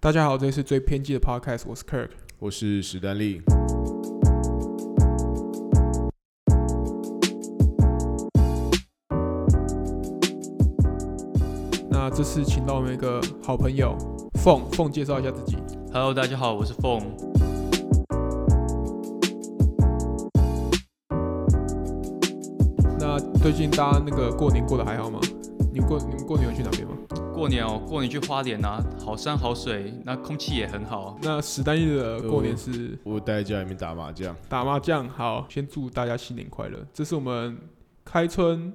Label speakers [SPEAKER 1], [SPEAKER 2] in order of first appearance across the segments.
[SPEAKER 1] 大家好，这里是最偏激的 Podcast，我是 Kirk。
[SPEAKER 2] 我是史丹利。
[SPEAKER 1] 那这次请到我们一个好朋友凤凤，介绍一下自己。
[SPEAKER 3] Hello，大家好，我是凤。
[SPEAKER 1] 那最近大家那个过年过得还好吗？你们过你们过年有去哪边吗？
[SPEAKER 3] 过年哦，过年去花莲啊，好山好水，那空气也很好。
[SPEAKER 1] 那史丹利的过年是
[SPEAKER 2] 我待在家里面打麻将，
[SPEAKER 1] 打麻将。好，先祝大家新年快乐。这是我们开春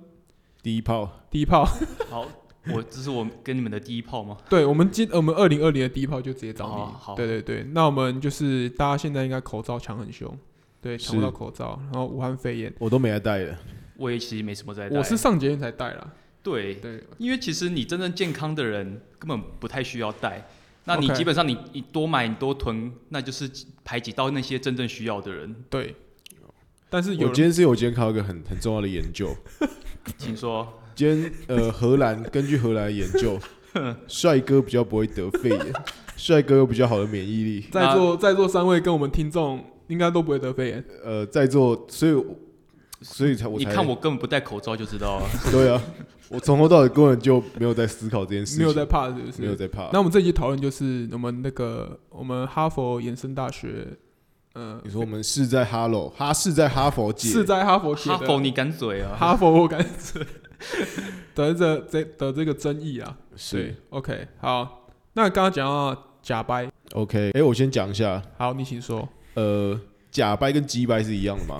[SPEAKER 2] 第一炮
[SPEAKER 1] 第一炮，
[SPEAKER 3] 好，我这是我跟你们的第一炮吗？
[SPEAKER 1] 对我们今我们二零二零的第一炮就直接找你。
[SPEAKER 3] 哦好
[SPEAKER 1] 对对对，那我们就是大家现在应该口罩抢很凶，对，抢不
[SPEAKER 2] 是
[SPEAKER 1] 到口罩，然后武汉肺炎，
[SPEAKER 2] 我都没来带了。
[SPEAKER 3] 我也其实没什么在带。
[SPEAKER 1] 我是上节目才戴啦。
[SPEAKER 3] 对，
[SPEAKER 1] 对，
[SPEAKER 3] 因为其实你真正健康的人根本不太需要带。那你
[SPEAKER 1] OK
[SPEAKER 3] 基本上你你多买你多囤，那就是排挤到那些真正需要的人。
[SPEAKER 1] 对，但是有
[SPEAKER 2] 我
[SPEAKER 1] 人
[SPEAKER 2] 今天是有今天看到一个很很重要的研究，
[SPEAKER 3] 请说，
[SPEAKER 2] 今天呃荷兰根据荷兰的研究，帅哥比较不会得肺炎，帅哥有比较好的免疫力。
[SPEAKER 1] 在座在座三位跟我们听众应该都不会得肺炎。
[SPEAKER 2] 呃，在座，所以我所以才我
[SPEAKER 3] 你
[SPEAKER 2] 才
[SPEAKER 3] 看我根本不戴口罩就知道了。
[SPEAKER 2] 对啊，我从头到尾根本就没有在思考这件事情，
[SPEAKER 1] 没有在怕是不是？
[SPEAKER 2] 呃没有在怕
[SPEAKER 1] 那。我们这一集讨论就是我们那个我们哈佛延伸大学，呃，
[SPEAKER 2] 你说我们是在哈喽，哈是在哈佛姐，
[SPEAKER 1] 是在哈佛写
[SPEAKER 3] 哈
[SPEAKER 1] 的
[SPEAKER 3] 佛，你敢嘴啊？
[SPEAKER 1] 哈佛我感觉 得这这的这个争议啊。
[SPEAKER 2] 是
[SPEAKER 1] 对，OK，好，那刚刚讲到假掰，
[SPEAKER 2] OK。哎，我先讲一下，
[SPEAKER 1] 好，你请说，
[SPEAKER 2] 呃，假掰跟鸡掰是一样的吗？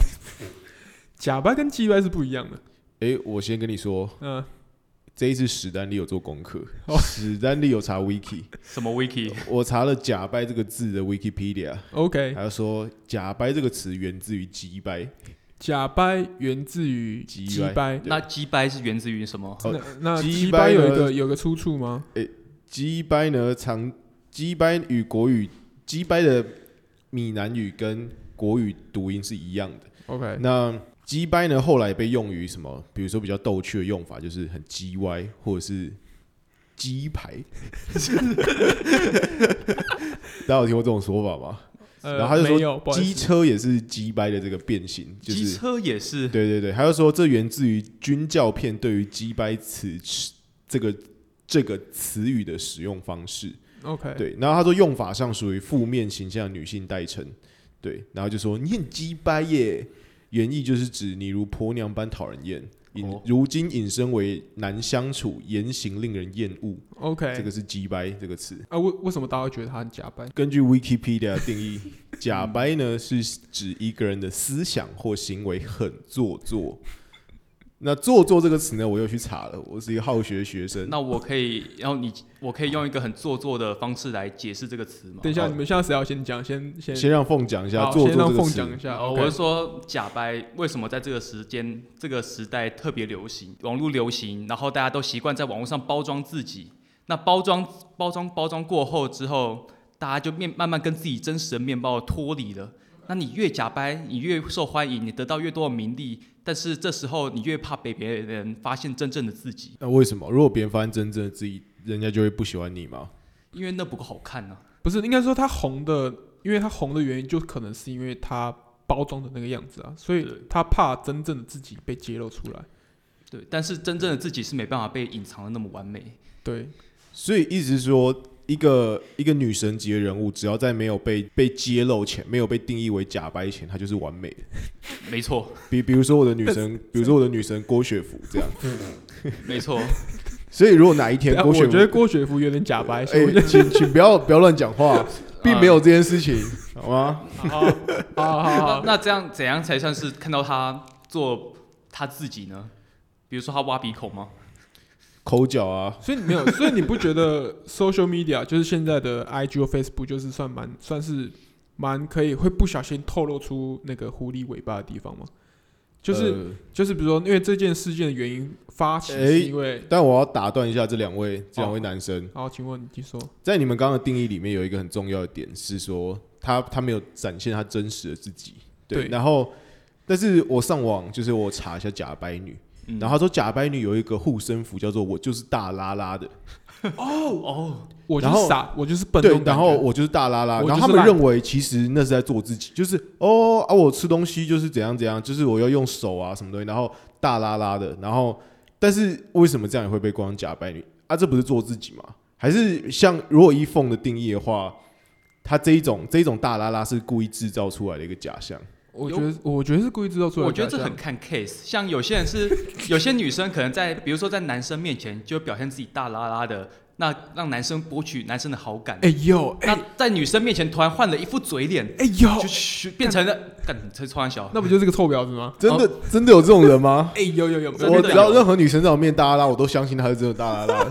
[SPEAKER 1] 假掰跟鸡掰是不一样的。
[SPEAKER 2] 哎，我先跟你说，
[SPEAKER 1] 嗯、
[SPEAKER 2] 这一次史丹利有做功课
[SPEAKER 1] 哦，
[SPEAKER 2] 史丹利有查 wiki，
[SPEAKER 3] 什么 Wiki？
[SPEAKER 2] 我查了“假掰”这个字的 Wikipedia，
[SPEAKER 1] o k
[SPEAKER 2] 还有说“假掰”这个词源自于“鸡掰
[SPEAKER 1] 假掰源自于
[SPEAKER 2] 鸡
[SPEAKER 1] 鸡
[SPEAKER 2] 掰
[SPEAKER 1] 掰，
[SPEAKER 3] 那鸡掰是源自于什么？
[SPEAKER 2] 哦
[SPEAKER 1] 那那
[SPEAKER 2] 鸡
[SPEAKER 1] 鸡掰
[SPEAKER 2] 掰
[SPEAKER 1] 有一
[SPEAKER 2] 呢
[SPEAKER 1] 个有个出处吗？”。
[SPEAKER 2] 鸡掰呢，常“鸡掰”与国语“鸡掰”的闽南语跟国语读音是一样的。
[SPEAKER 1] OK，
[SPEAKER 2] 那“鸡掰”呢，后来被用于什么？比如说比较逗趣的用法，就是很鸡歪，或者是鸡排。大家有听过这种说法吗？
[SPEAKER 1] 呃，
[SPEAKER 2] 然后他就说
[SPEAKER 1] 没有不好意
[SPEAKER 2] 机
[SPEAKER 1] 思
[SPEAKER 2] 车也是鸡掰的这个变形，就
[SPEAKER 3] 机
[SPEAKER 2] 是
[SPEAKER 3] 车也是。
[SPEAKER 2] 对对对，还有说这源自于军教片对于鸡掰词这个这个词语的使用方式。
[SPEAKER 1] OK，
[SPEAKER 2] 对，然后他说用法上属于负面形象的女性代称，对，然后就说你很鸡掰耶，原意就是指你如婆娘般讨人厌，引、
[SPEAKER 3] 哦
[SPEAKER 2] 如今引申为难相处，言行令人厌恶，
[SPEAKER 1] OK，
[SPEAKER 2] 这个哦是鸡掰这个词。
[SPEAKER 1] 啊，为为什么大家会觉得他很假掰？
[SPEAKER 2] 根据 Wikipedia 的定义，假掰呢是指一个人的思想或行为很做作。那“做作”这个词呢，我又去查了，我是一个好学学生。
[SPEAKER 3] 那我可以，然后你，我可以用一个很做作的方式来解释这个词吗？
[SPEAKER 1] 等一下，
[SPEAKER 2] 好
[SPEAKER 1] 你们现在谁要先讲？先先
[SPEAKER 2] 先让凤讲一下“
[SPEAKER 1] 好
[SPEAKER 2] 做
[SPEAKER 1] 先
[SPEAKER 2] 作”
[SPEAKER 1] 让
[SPEAKER 2] 这个
[SPEAKER 1] 凤
[SPEAKER 2] 词
[SPEAKER 1] 讲一。下。
[SPEAKER 3] 哦，
[SPEAKER 1] OK
[SPEAKER 3] 我是说假掰为什么在这个时间、这个时代特别流行，网络流行，然后大家都习惯在网络上包装自己。那包装、包装、包装过后之后，大家就面慢慢跟自己真实的面貌脱离了。那你越假掰，你越受欢迎，你得到越多的名利，但是这时候你越怕被别人发现真正的自己，
[SPEAKER 2] 那为什么？如果别人发现真正的自己，人家就会不喜欢你吗？
[SPEAKER 3] 因为那不够好看啊呢、
[SPEAKER 1] 不是应该说他红的，因为他红的原因，就可能是因为他包装的那个样子啊，所以
[SPEAKER 3] 对
[SPEAKER 1] 他怕真正的自己被揭露出来。
[SPEAKER 3] 对，但是真正的自己是没办法被隐藏的那么完美。
[SPEAKER 1] 对，
[SPEAKER 2] 所以意思是说，一个一个女神级的人物，只要在没有被被揭露前，没有被定义为假掰前，她就是完美的。
[SPEAKER 3] 没错，
[SPEAKER 2] 比比如说我的女 神，比如说我的女神郭雪芙这样。
[SPEAKER 3] 没错。
[SPEAKER 2] 所以如果哪一
[SPEAKER 1] 等
[SPEAKER 2] 天
[SPEAKER 1] 一下
[SPEAKER 2] 郭
[SPEAKER 1] 啊我
[SPEAKER 2] 雪芙
[SPEAKER 1] 觉得郭雪芙有点假掰， 所以
[SPEAKER 2] 哎、
[SPEAKER 1] 我就
[SPEAKER 2] 请请不要不要乱 讲话，并没有这件事情，好吗？
[SPEAKER 1] 好好好
[SPEAKER 3] 那
[SPEAKER 1] 好，
[SPEAKER 3] 那这样怎样才算是看到他做他自己呢？比如说他挖鼻孔吗？
[SPEAKER 2] 抠脚啊，
[SPEAKER 1] 所以你没有，所以你不觉得 social media 就是现在的 IG 或 Facebook 就是算蛮算是蛮可以会不小心透露出那个狐狸尾巴的地方吗？就是、
[SPEAKER 2] 呃
[SPEAKER 1] 就是比如说，因为这件事件的原因发起
[SPEAKER 2] 诶
[SPEAKER 1] 是因为，
[SPEAKER 2] 呃但我要打断一下这两位这
[SPEAKER 1] 哦
[SPEAKER 2] 两位男生，
[SPEAKER 1] 好，请问你说，
[SPEAKER 2] 在你们刚刚的定义里面有一个很重要的点是说，他他没有展现他真实的自己，对，
[SPEAKER 1] 对
[SPEAKER 2] 然后。但是我上网就是我查一下假掰女，
[SPEAKER 3] 嗯
[SPEAKER 2] 然后他说假掰女有一个护身符叫做“我就是大拉拉”的，
[SPEAKER 3] 哦，
[SPEAKER 1] 我就
[SPEAKER 2] 然
[SPEAKER 1] 是
[SPEAKER 2] 后
[SPEAKER 1] 傻，我就是笨那
[SPEAKER 2] 对
[SPEAKER 1] 种，感
[SPEAKER 2] 然
[SPEAKER 1] 觉。
[SPEAKER 2] 后我就是大拉拉，
[SPEAKER 1] 我就是
[SPEAKER 2] 然后他们
[SPEAKER 1] 烂
[SPEAKER 2] 认为其实那是在做自己，就是哦啊，我吃东西就是怎样怎样，就是我要用手啊什么东西，然后大拉拉的，然后但是为什么这样也会被光假白女啊？这不是做自己吗？还是像如果依凤的定义的话，他这一种这一种大拉拉是故意制造出来的一个假象，
[SPEAKER 1] 我觉得我觉得是故意制造出来的啊
[SPEAKER 3] 我
[SPEAKER 1] 假
[SPEAKER 3] 觉
[SPEAKER 1] 象，
[SPEAKER 3] 得这很看 case，像有些人是， 有些女生可能在，比如说在男生面前就表现自己大拉拉的，那让男生博取男生的好感。
[SPEAKER 1] 哎有哎
[SPEAKER 3] 那在女生面前突然换了一副嘴脸，
[SPEAKER 1] 哎有，
[SPEAKER 3] 就嘘变成了，干，这突然小，
[SPEAKER 1] 那不就是个臭婊子吗？
[SPEAKER 2] 真的、真的有这种 人吗？
[SPEAKER 1] 哎有哦有有，
[SPEAKER 3] 真
[SPEAKER 2] 我
[SPEAKER 3] 的
[SPEAKER 1] 我
[SPEAKER 2] 只要任何女生在我面大拉拉，我 都相信她是真的大拉拉。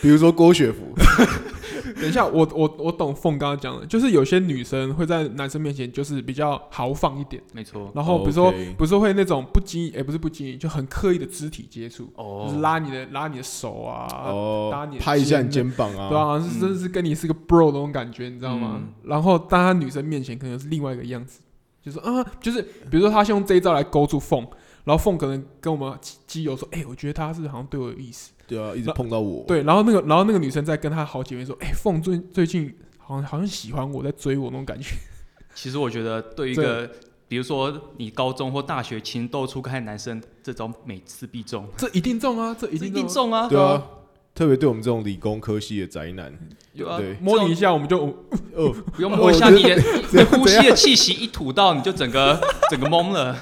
[SPEAKER 2] 比如说郭雪芙，
[SPEAKER 1] 等一下，我我我懂凤刚刚讲的，就是有些女生会在男生面前就是比较豪放一点，
[SPEAKER 3] 没错，
[SPEAKER 1] 然后比如说
[SPEAKER 2] 哦 OK
[SPEAKER 1] 不是会那种不经意，哎、不是不经意，就很刻意的肢体接触，就是
[SPEAKER 3] 哦，
[SPEAKER 1] 拉你的拉你的手 啊，搭
[SPEAKER 2] 哦
[SPEAKER 1] 你，的
[SPEAKER 2] 拍一下你
[SPEAKER 1] 肩
[SPEAKER 2] 肩膀
[SPEAKER 1] 对啊，好像是真的是跟你是个 bro 那种感觉，你知道吗？
[SPEAKER 3] 嗯
[SPEAKER 1] 然后当他女生面前可能是另外一个样子，就是啊，就是比如说他是用这一招来勾住凤，然后凤可能跟我们基基友说，哎、我觉得他是好像对我有意思，
[SPEAKER 2] 对啊，一直碰到我。
[SPEAKER 1] 对，然后那个然后那个女生在跟她好姐妹说，哎、凤最最近好像好像喜欢我，在追我那种感觉，
[SPEAKER 3] 其实我觉得对于一个，比如说你高中或大学情窦初开的男生，这招每次必中，
[SPEAKER 1] 这一定中啊，这一
[SPEAKER 3] 这一
[SPEAKER 1] 定
[SPEAKER 3] 定
[SPEAKER 1] 啊。
[SPEAKER 3] 中啊，
[SPEAKER 2] 对啊，特别对我们这种理工科系的宅 男，
[SPEAKER 3] 对啊，
[SPEAKER 2] 对
[SPEAKER 1] 摸你一下，我们就
[SPEAKER 2] 哦，
[SPEAKER 3] 不用摸一下
[SPEAKER 2] 我
[SPEAKER 3] 你
[SPEAKER 2] 觉得
[SPEAKER 3] 的你呼吸的气息一吐到，你就整个整个懵了。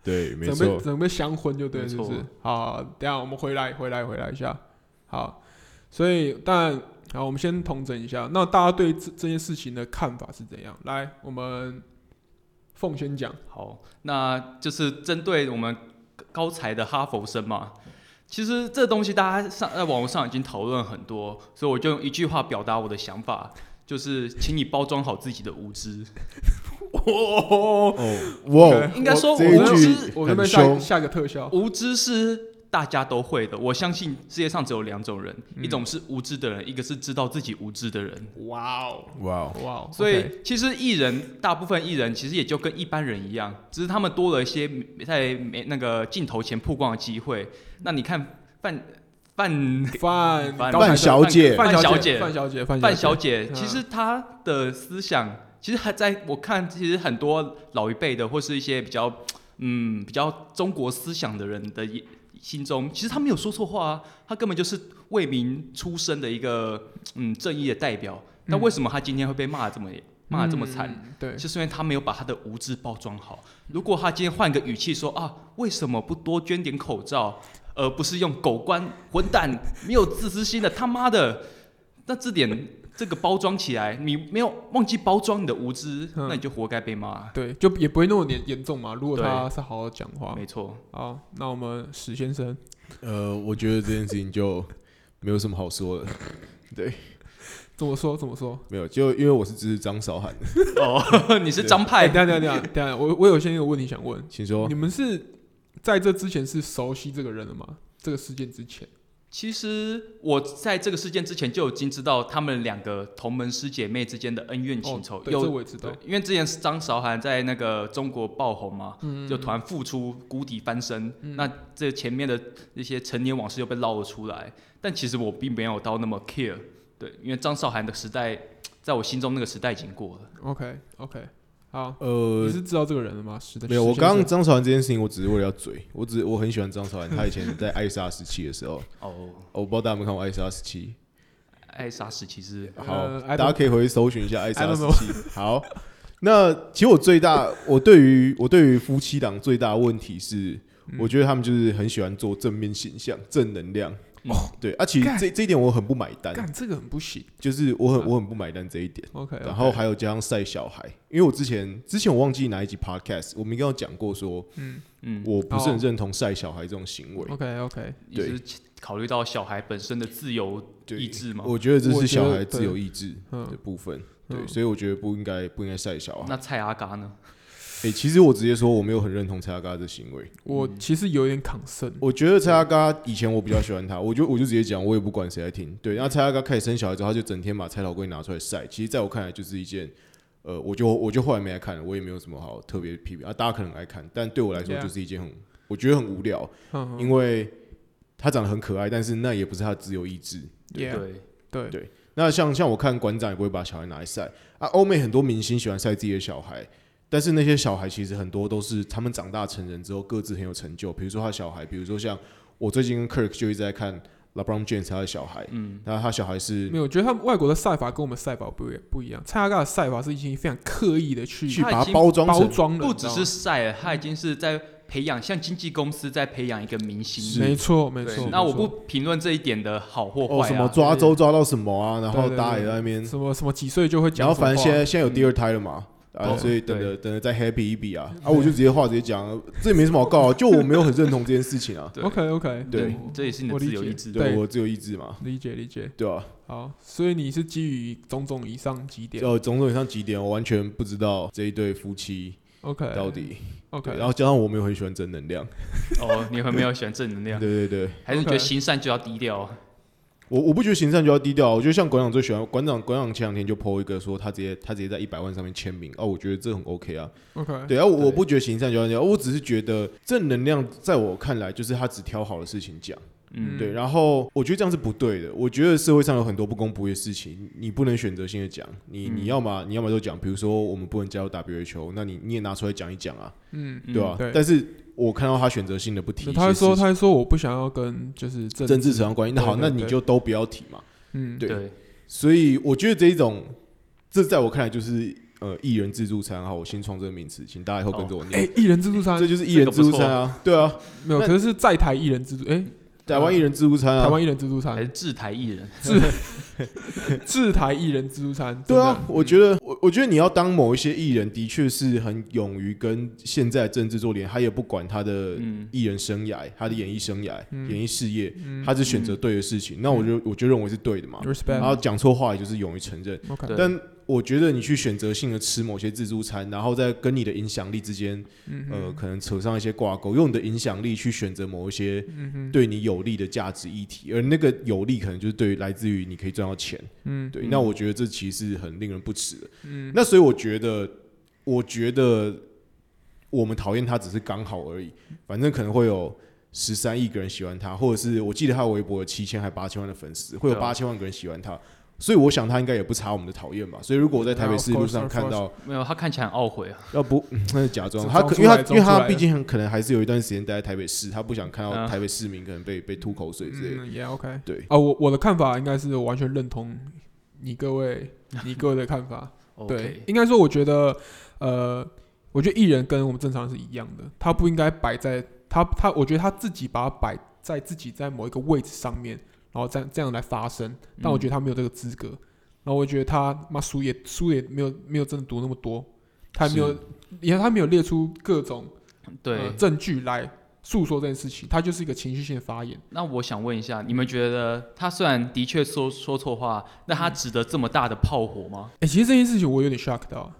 [SPEAKER 2] 对，没
[SPEAKER 1] 准备
[SPEAKER 2] 错，
[SPEAKER 1] 准备相婚就对了，
[SPEAKER 3] 没
[SPEAKER 1] 是
[SPEAKER 3] 错
[SPEAKER 1] 不是？好，等一下我们回来回来回来一下。好，所以但好，我们先统整一下。那大家对这这件事情的看法是怎样？来，我们凤先讲。
[SPEAKER 3] 好，那就是针对我们高才的哈佛生嘛。其实这东西大家上在网络上已经讨论很多，所以我就用一句话表达我的想法，就是请你包装好自己的无知。
[SPEAKER 1] 哦，
[SPEAKER 2] 哦，哇，
[SPEAKER 1] OK
[SPEAKER 3] 应该说
[SPEAKER 2] 这
[SPEAKER 1] 我
[SPEAKER 2] 一
[SPEAKER 3] 无
[SPEAKER 1] 这
[SPEAKER 2] 句
[SPEAKER 3] 知，
[SPEAKER 1] 我这
[SPEAKER 2] 很
[SPEAKER 1] 边下
[SPEAKER 2] 凶
[SPEAKER 1] 一下一个特效。
[SPEAKER 3] 无知是大家都会的。我相信世界上只有两种人，一种是无知的人，一个是知道自己无知的人。
[SPEAKER 1] 哇哦，
[SPEAKER 2] 哇哦，
[SPEAKER 1] 哇哦！
[SPEAKER 3] 所
[SPEAKER 1] OK
[SPEAKER 3] 以其实艺人大部分艺人其实也就跟一般人一样，只是他们多了一些在没那个镜头前曝光的机会。那你看范范
[SPEAKER 1] 范
[SPEAKER 3] 范
[SPEAKER 1] 高材生
[SPEAKER 2] 范小姐
[SPEAKER 1] 范
[SPEAKER 3] 范小
[SPEAKER 1] 姐
[SPEAKER 3] 姐
[SPEAKER 1] 范小姐
[SPEAKER 3] 范
[SPEAKER 1] 范
[SPEAKER 3] 小
[SPEAKER 1] 小姐，
[SPEAKER 3] 姐，
[SPEAKER 1] 嗯
[SPEAKER 3] 其实她的思想其实还在我看，其实很多老一辈的或是一些比较嗯比较中国思想的人的眼心中，其实她没有说错话啊，她根本就是为民出身的一个嗯正义的代表。那
[SPEAKER 1] 嗯
[SPEAKER 3] 为什么她今天会被骂得这么骂得这么惨？
[SPEAKER 1] 嗯，对，
[SPEAKER 3] 就是因为他没有把他的无知包装好。如果他今天换个语气说啊，为什么不多捐点口罩，而不是用狗官混蛋没有自私心的他妈的，那这点这个包装起来，你没有忘记包装你的无知，
[SPEAKER 1] 嗯
[SPEAKER 3] 那你就活该被骂。
[SPEAKER 1] 对，就也不会那么严严重嘛。如果
[SPEAKER 3] 对
[SPEAKER 1] 他是好好讲话，
[SPEAKER 3] 没错，
[SPEAKER 1] 好，那我们史先生，
[SPEAKER 2] 呃，我觉得这件事情就没有什么好说的，
[SPEAKER 1] 怎么说？怎么说？
[SPEAKER 2] 没有，就因为我是支持张韶涵的，
[SPEAKER 3] 哦，你是张
[SPEAKER 1] 哎，
[SPEAKER 3] 派
[SPEAKER 1] 等一下等一 下等一下等一下，我我有先有个问题想问，
[SPEAKER 2] 请说
[SPEAKER 1] 你，们是在这之前是熟悉这个人的吗？这个事件之前，
[SPEAKER 3] 其实我在这个事件之前就已经知道他们两个同门师姐妹之间的恩怨情
[SPEAKER 1] 哦
[SPEAKER 3] 仇，
[SPEAKER 1] 对
[SPEAKER 3] 有
[SPEAKER 1] 这我也知道
[SPEAKER 3] 对，因为之前是张韶涵在那个中国爆红嘛，就突然复出，谷底翻身，那这前面的那些陈年往事又被捞了出来。但其实我并没有到那么 care，对，因为张韶涵的时代，在我心中那个时代已经过了。
[SPEAKER 1] OK OK，好，
[SPEAKER 2] 呃
[SPEAKER 1] 你。是知道这个人的吗？是的，
[SPEAKER 2] 没有，我
[SPEAKER 1] 史先
[SPEAKER 2] 刚
[SPEAKER 1] 生
[SPEAKER 2] 刚张韶涵这件事情，我只是为了要嘴，我只我很喜欢张韶涵，她以前在艾莎时期的时候，
[SPEAKER 3] 哦，
[SPEAKER 2] 哦我不知道大家有没有看过艾莎时期，
[SPEAKER 3] 艾莎时其实
[SPEAKER 2] 好
[SPEAKER 1] 呃，I
[SPEAKER 2] 大家
[SPEAKER 1] don't-
[SPEAKER 2] 可以回去搜寻一下 艾
[SPEAKER 1] I
[SPEAKER 2] 莎
[SPEAKER 1] don't
[SPEAKER 2] 时
[SPEAKER 1] know
[SPEAKER 2] 期。好，那其实我最大，我对于我对于夫妻档最大的问题是，
[SPEAKER 1] 嗯
[SPEAKER 2] 我觉得他们就是很喜欢做正面形象、正能量。
[SPEAKER 3] 嗯
[SPEAKER 2] 对，啊，其实
[SPEAKER 1] 哦干
[SPEAKER 2] 这这一点我很不买单，
[SPEAKER 1] 干这个很不行。
[SPEAKER 2] 就是我很我很不买单这一点。
[SPEAKER 1] OK，
[SPEAKER 2] 然后还有加上晒小孩，因为我之前之前我忘记哪一集 podcast，我们应该有讲过说，
[SPEAKER 3] 嗯，
[SPEAKER 2] 我不是
[SPEAKER 1] 哦
[SPEAKER 2] 很认同晒小孩这种行为。
[SPEAKER 1] OK OK，
[SPEAKER 3] 也是考虑到小孩本身的自由
[SPEAKER 2] 对
[SPEAKER 3] 意志嘛。
[SPEAKER 2] 我觉得这
[SPEAKER 1] 我
[SPEAKER 2] 是
[SPEAKER 1] 觉
[SPEAKER 2] 小
[SPEAKER 1] 得
[SPEAKER 2] 孩自
[SPEAKER 1] 对
[SPEAKER 2] 由意志
[SPEAKER 1] 嗯
[SPEAKER 2] 的部分，
[SPEAKER 1] 嗯
[SPEAKER 2] 对，所以我觉得不应该不应该晒小孩。
[SPEAKER 3] 那蔡阿嘎呢？
[SPEAKER 2] 诶、欸其实我直接说我没有很认同蔡阿嘎的行为。
[SPEAKER 1] 我其实有点 concern，嗯
[SPEAKER 2] 我觉得蔡阿嘎以前我比较喜欢他，我就我就直接讲，我也不管谁来听。对，然后蔡阿嘎开始生小孩之后，他就整天把蔡老贵拿出来晒。其实，在我看来，就是一件，呃，我就我就后来没来看了，我也没有什么好特别批评啊。大家可能爱看，但对我来说，
[SPEAKER 1] Yeah
[SPEAKER 2] 就是一件很我觉得很无聊，
[SPEAKER 1] 嗯
[SPEAKER 2] 因为他长得很可爱，但是那也不是他的自由意志。
[SPEAKER 1] 也
[SPEAKER 3] 对，
[SPEAKER 1] 对
[SPEAKER 2] 对那像像我看馆长也不会把小孩拿来晒啊，欧美很多明星喜欢晒自己的小孩，但是那些小孩其实很多都是他们长大成人之后各自很有成就，比如说他小孩，比如说像我最近跟 Kirk 就一直在看 LeBron James 他的小孩，
[SPEAKER 3] 嗯，
[SPEAKER 2] 然后他小孩是
[SPEAKER 1] 没有，我觉得他们外国的赛法跟我们赛法不一不一样。蔡阿嘎的赛法是已经非常刻意的去
[SPEAKER 2] 去
[SPEAKER 3] 他已
[SPEAKER 2] 把它
[SPEAKER 3] 经
[SPEAKER 2] 包装
[SPEAKER 1] 包
[SPEAKER 2] 成
[SPEAKER 1] 装了，
[SPEAKER 3] 不
[SPEAKER 1] 你知
[SPEAKER 3] 只
[SPEAKER 1] 道
[SPEAKER 3] 是晒了，他已经是在培养，像经纪公司在培养一个明
[SPEAKER 1] 吗
[SPEAKER 3] 星。
[SPEAKER 1] 没错没
[SPEAKER 3] 对
[SPEAKER 1] 错。
[SPEAKER 3] 那
[SPEAKER 1] 没
[SPEAKER 3] 我
[SPEAKER 1] 错
[SPEAKER 3] 不评论这一点的好或
[SPEAKER 2] 哦
[SPEAKER 3] 坏
[SPEAKER 2] 什
[SPEAKER 3] 啊
[SPEAKER 2] 么，抓
[SPEAKER 3] 就是
[SPEAKER 2] 周抓到什么啊，然后
[SPEAKER 1] 对对
[SPEAKER 2] 大家也
[SPEAKER 1] 对
[SPEAKER 2] 在那边
[SPEAKER 1] 什么什么几岁就会讲
[SPEAKER 2] 然
[SPEAKER 1] 什么
[SPEAKER 2] 后
[SPEAKER 1] 话，
[SPEAKER 2] 反正现在现在有
[SPEAKER 1] 嗯
[SPEAKER 2] 第二胎了嘛，啊，
[SPEAKER 1] 对
[SPEAKER 2] 所以等着等着再 happy 一笔啊，啊，我就直接话直接讲，这也没什么好告啊，就我没有很认同这件事 情啊，
[SPEAKER 3] 对
[SPEAKER 1] OK OK
[SPEAKER 2] 对
[SPEAKER 3] 嗯这也是你的
[SPEAKER 1] 我理
[SPEAKER 3] 自由
[SPEAKER 1] 解
[SPEAKER 3] 意志。
[SPEAKER 1] 对
[SPEAKER 2] 对我自由意志嘛，
[SPEAKER 1] 理解理解。
[SPEAKER 2] 对吧？
[SPEAKER 1] 好，所以你是基于种种以上几点
[SPEAKER 2] 呃，种种以上几点，我完全不知道这一对夫妻
[SPEAKER 1] ？OK
[SPEAKER 2] 到底，
[SPEAKER 1] OK，
[SPEAKER 2] 对然后加上我没有很喜欢正能量，
[SPEAKER 3] 哦，你很没有喜欢正能量
[SPEAKER 2] 对，对对，
[SPEAKER 3] 还是你
[SPEAKER 1] OK
[SPEAKER 3] 觉得行善就要低调啊？
[SPEAKER 2] 我我不觉得行善就要低调，我觉得像馆长最喜欢，馆长馆长前两天就 po 一个说他直接他直接在一百万上面签名，哦，我觉得这很 OK 啊，
[SPEAKER 1] OK
[SPEAKER 2] 对啊，我
[SPEAKER 3] 对
[SPEAKER 2] 我不觉得行善就要这样，我只是觉得正能量在我看来就是他只挑好的事情讲，
[SPEAKER 1] 嗯
[SPEAKER 3] 嗯，
[SPEAKER 2] 对。然后我觉得这样是不对的，我觉得社会上有很多不公不义的事情，你不能选择性的讲，你你
[SPEAKER 3] 嗯
[SPEAKER 2] 要么你要么就讲，比如说我们不能加入 WHO，那你你也拿出来讲一讲啊，
[SPEAKER 1] 嗯，
[SPEAKER 3] 嗯
[SPEAKER 2] 对吧、
[SPEAKER 1] 对
[SPEAKER 2] 但是我看到他选择性的不提一些事情，
[SPEAKER 1] 他会说他会说我不想要跟就是政
[SPEAKER 2] 政治扯上关系，那好，
[SPEAKER 1] 对
[SPEAKER 2] 那
[SPEAKER 1] 对
[SPEAKER 2] 你
[SPEAKER 1] 对
[SPEAKER 2] 就都不要提嘛。
[SPEAKER 1] 嗯
[SPEAKER 2] 对
[SPEAKER 3] 对，
[SPEAKER 2] 所以我觉得这一种，这在我看来就是呃艺人自助餐，好，我新创这个名词，请大家以后跟着我念。
[SPEAKER 1] 哎一人自助餐
[SPEAKER 2] 这就是艺人自助餐啊，对啊，
[SPEAKER 1] 没有，
[SPEAKER 2] 那
[SPEAKER 1] 可是是在台一人自助哎
[SPEAKER 2] 台湾艺人自助餐啊，
[SPEAKER 1] 台湾一人自助
[SPEAKER 3] 还
[SPEAKER 1] 餐
[SPEAKER 3] 是制台艺人，
[SPEAKER 1] 制台一人自助餐嗯
[SPEAKER 2] 对
[SPEAKER 1] 真
[SPEAKER 2] 啊
[SPEAKER 1] 的，
[SPEAKER 2] 我觉得我我觉得你要当某一些艺人，的确是很勇于跟现在政治做联，他也不管他的
[SPEAKER 3] 嗯
[SPEAKER 2] 艺人生涯、他的演艺生涯、
[SPEAKER 1] 嗯
[SPEAKER 2] 演艺事业，
[SPEAKER 1] 嗯
[SPEAKER 2] 他是选择对的事情，那我就我就认为是对的嘛。然后
[SPEAKER 1] respect
[SPEAKER 2] 讲错话也就是勇于承认，
[SPEAKER 1] OK
[SPEAKER 3] 对
[SPEAKER 2] 但我觉得你去选择性的吃某些自助餐，然后再跟你的影响力之间，
[SPEAKER 1] 嗯哼
[SPEAKER 2] 呃，可能扯上一些挂钩，用你的影响力去选择某一些
[SPEAKER 1] 嗯哼
[SPEAKER 2] 对你有利的价值议题，而那个有利可能就是对于来自于你可以赚到钱。
[SPEAKER 1] 嗯
[SPEAKER 2] 对，
[SPEAKER 3] 嗯
[SPEAKER 2] 那我觉得这其实是很令人不齿的。
[SPEAKER 1] 嗯
[SPEAKER 2] 那所以我觉得，我觉得我们讨厌他只是刚好而已，反正可能会有十三亿个人喜欢他，或者是我记得他微博有七千还八千万的粉丝，会有
[SPEAKER 3] 对啊
[SPEAKER 2] 八千万个人喜欢他。所以我想他应该也不差我们的讨厌吧。所以如果我在台北市
[SPEAKER 1] Yeah,
[SPEAKER 2] 路
[SPEAKER 1] of course,
[SPEAKER 2] 上看到，
[SPEAKER 3] 没有，他看起来很懊悔啊。
[SPEAKER 2] 要不 那是假装
[SPEAKER 1] 装
[SPEAKER 2] 他可，
[SPEAKER 1] 出
[SPEAKER 2] 因为他
[SPEAKER 1] 来
[SPEAKER 2] 因为
[SPEAKER 1] 装出
[SPEAKER 2] 他
[SPEAKER 1] 来
[SPEAKER 2] 毕竟可能还是有一段时间待在台北市，他不想看到
[SPEAKER 3] 啊
[SPEAKER 2] 台北市民可能被被吐口水之类的。
[SPEAKER 1] 嗯也 OK
[SPEAKER 2] 对，
[SPEAKER 1] 啊我我的看法应该是我完全认同你各位你各位的看法对
[SPEAKER 3] OK，
[SPEAKER 1] 应该说我觉得呃我觉得艺人跟我们正常人是一样的，他不应该摆在他他我觉得他自己把它摆在自己在某一个位置上面，然后这样这样来发声。但我觉得他没有这个资格。然后我觉得他妈书也书也没有没有真的读那么多，他也没有
[SPEAKER 2] 是，
[SPEAKER 1] 你看他没有列出各种
[SPEAKER 3] 得
[SPEAKER 1] 呃
[SPEAKER 3] 嗯对。
[SPEAKER 1] 证据来诉说这件事情，他就是一个情绪性的发言。
[SPEAKER 3] 那我想问一下，你们觉得他虽然的确说说错话，那
[SPEAKER 1] 嗯
[SPEAKER 3] 他值得这么大的炮火吗？
[SPEAKER 1] 哎、其实这件事情我有点 shock 到，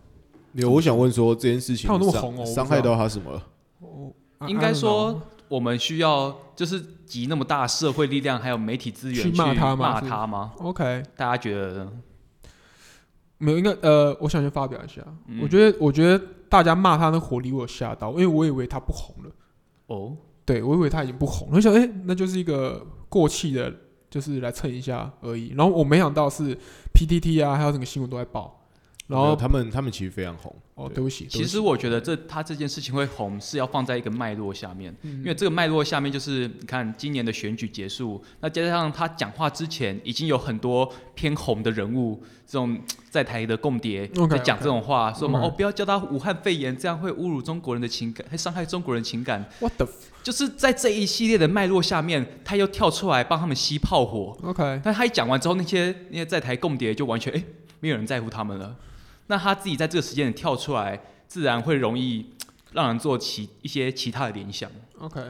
[SPEAKER 2] 没有，我想问说这件事情
[SPEAKER 1] 他有那么
[SPEAKER 2] 伤
[SPEAKER 1] 红哦我不知道
[SPEAKER 2] 伤害到他什么了？
[SPEAKER 1] 我啊
[SPEAKER 3] 应
[SPEAKER 1] I
[SPEAKER 3] 该
[SPEAKER 1] don't
[SPEAKER 3] 说，我们需要就是集那么大的社会力量，还有媒体资源
[SPEAKER 1] 去骂他吗
[SPEAKER 3] 骂
[SPEAKER 1] 是
[SPEAKER 3] 他吗？
[SPEAKER 1] know，OK，
[SPEAKER 3] 大家觉得呢？
[SPEAKER 1] 没有，应该呃，我想先发表一下，
[SPEAKER 3] 嗯
[SPEAKER 1] 我觉得我觉得大家骂他的火力我有吓到，因为我以为他不红了。
[SPEAKER 3] 哦，
[SPEAKER 1] 对，我以为他已经不红了，我想哎、诶那就是一个过气的，就是来蹭一下而已。然后我没想到是 PTT 啊，还有整个新闻都在报。然
[SPEAKER 2] 没有
[SPEAKER 1] 后
[SPEAKER 2] 他们他们其实非常红，
[SPEAKER 1] 哦，对不起，
[SPEAKER 3] 其实我觉得这他这件事情会红，是要放在一个脉络下面，
[SPEAKER 1] 因
[SPEAKER 3] 因为这个脉络下面就是你看今年的选举结束，那加上他讲话之前已经有很多偏红的人物，这种在台的共谍
[SPEAKER 1] OK，嗯
[SPEAKER 3] 在讲这种话，说什么
[SPEAKER 1] OK
[SPEAKER 3] 哦不要叫他武汉肺炎，这样会侮辱中国人的情感，会伤害中国人情感，
[SPEAKER 1] what the
[SPEAKER 3] 就是在这一系列的脉络下面，他又跳出来帮他们吸炮火，
[SPEAKER 1] OK，
[SPEAKER 3] 但他一讲完之后，那些那些在台共谍就完全哎、诶没有人在乎他们了。那他自己在这个时间点跳出来，自然会容易嘖让人做其一些其他的联想。
[SPEAKER 1] OK，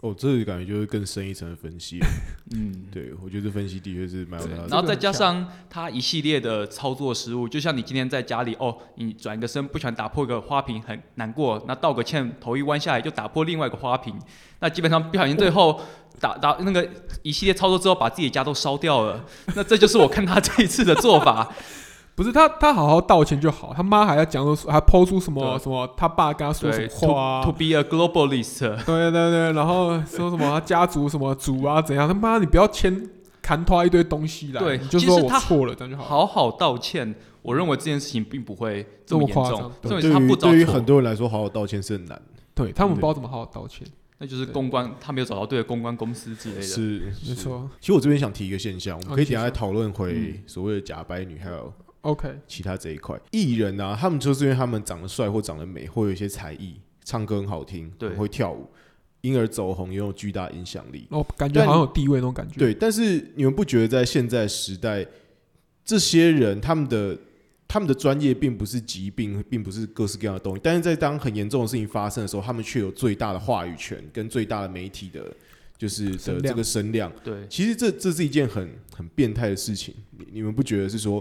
[SPEAKER 2] 哦，这个感觉就是更深一层的分析了。
[SPEAKER 3] 嗯，
[SPEAKER 2] 对，我觉得这分析的确是蛮有
[SPEAKER 1] 对
[SPEAKER 2] 道理
[SPEAKER 3] 然。后再加上他一系列的操作失误，就像你今天在家里哦，你转个身不小心打破一个花瓶，很难过，那道个歉，头一弯下来就打破另外一个花瓶，那基本上不小心最后。打打那个一系列操作之后，把自己的家都烧掉了。那这就是我看他这一次的做法，
[SPEAKER 1] 不是他，他好好道歉就好，他妈还要讲说，还抛出什么
[SPEAKER 3] 对
[SPEAKER 1] 什么，他爸跟他说什
[SPEAKER 3] 对
[SPEAKER 1] 么话、啊
[SPEAKER 3] to,，to be a globalist，
[SPEAKER 1] 对对对，然后说什么他家族什么族啊怎样，他妈你不要牵砍拖一堆东西来，
[SPEAKER 3] 对
[SPEAKER 1] 你就
[SPEAKER 3] 其
[SPEAKER 1] 说
[SPEAKER 3] 实
[SPEAKER 1] 我
[SPEAKER 3] 他
[SPEAKER 1] 错了，这样就好了。
[SPEAKER 3] 好好道歉。我认为这件事情并不会这
[SPEAKER 1] 这么
[SPEAKER 3] 严
[SPEAKER 1] 夸
[SPEAKER 3] 重
[SPEAKER 1] 张，对
[SPEAKER 2] 对
[SPEAKER 3] 重点是他
[SPEAKER 2] 对
[SPEAKER 3] 不
[SPEAKER 2] 于
[SPEAKER 3] 找
[SPEAKER 2] 对于
[SPEAKER 3] 错
[SPEAKER 2] 很多人来说，好好道歉是很难，
[SPEAKER 1] 对
[SPEAKER 3] 嗯
[SPEAKER 1] 他们不知道怎么好好道歉，
[SPEAKER 3] 那就是
[SPEAKER 1] 对
[SPEAKER 3] 公关，他没有找到对的公关公司之类的。
[SPEAKER 2] 是
[SPEAKER 1] 没。
[SPEAKER 2] 是
[SPEAKER 1] 错。
[SPEAKER 2] 其实我这边想提一个现象，我们
[SPEAKER 1] 哦
[SPEAKER 2] 可以
[SPEAKER 1] 你
[SPEAKER 2] 等一下
[SPEAKER 1] 先
[SPEAKER 2] 再
[SPEAKER 1] 说
[SPEAKER 2] 讨论回
[SPEAKER 3] 嗯
[SPEAKER 2] 所谓的假白女，还有
[SPEAKER 1] OK，
[SPEAKER 2] 其他这一块。艺人啊，他们就是因为他们长得帅或长得美，或有一些才艺，唱歌很好听，
[SPEAKER 3] 对
[SPEAKER 2] 很会跳舞，因而走红，拥有巨大影响力。
[SPEAKER 1] 然后感觉好像有地位那种感觉。，
[SPEAKER 2] 对，但是你们不觉得在现在时代，这些人他们的他们的专业并不是疾病，并不是各式各样的东西，但是在当很严重的事情发生的时候，他们却有最大的话语权跟最大的媒体的，就是
[SPEAKER 1] 声
[SPEAKER 2] 的
[SPEAKER 1] 量
[SPEAKER 2] 这个声量。
[SPEAKER 3] 对，
[SPEAKER 2] 其实这这是一件很很变态的事情，你你们不觉得是说，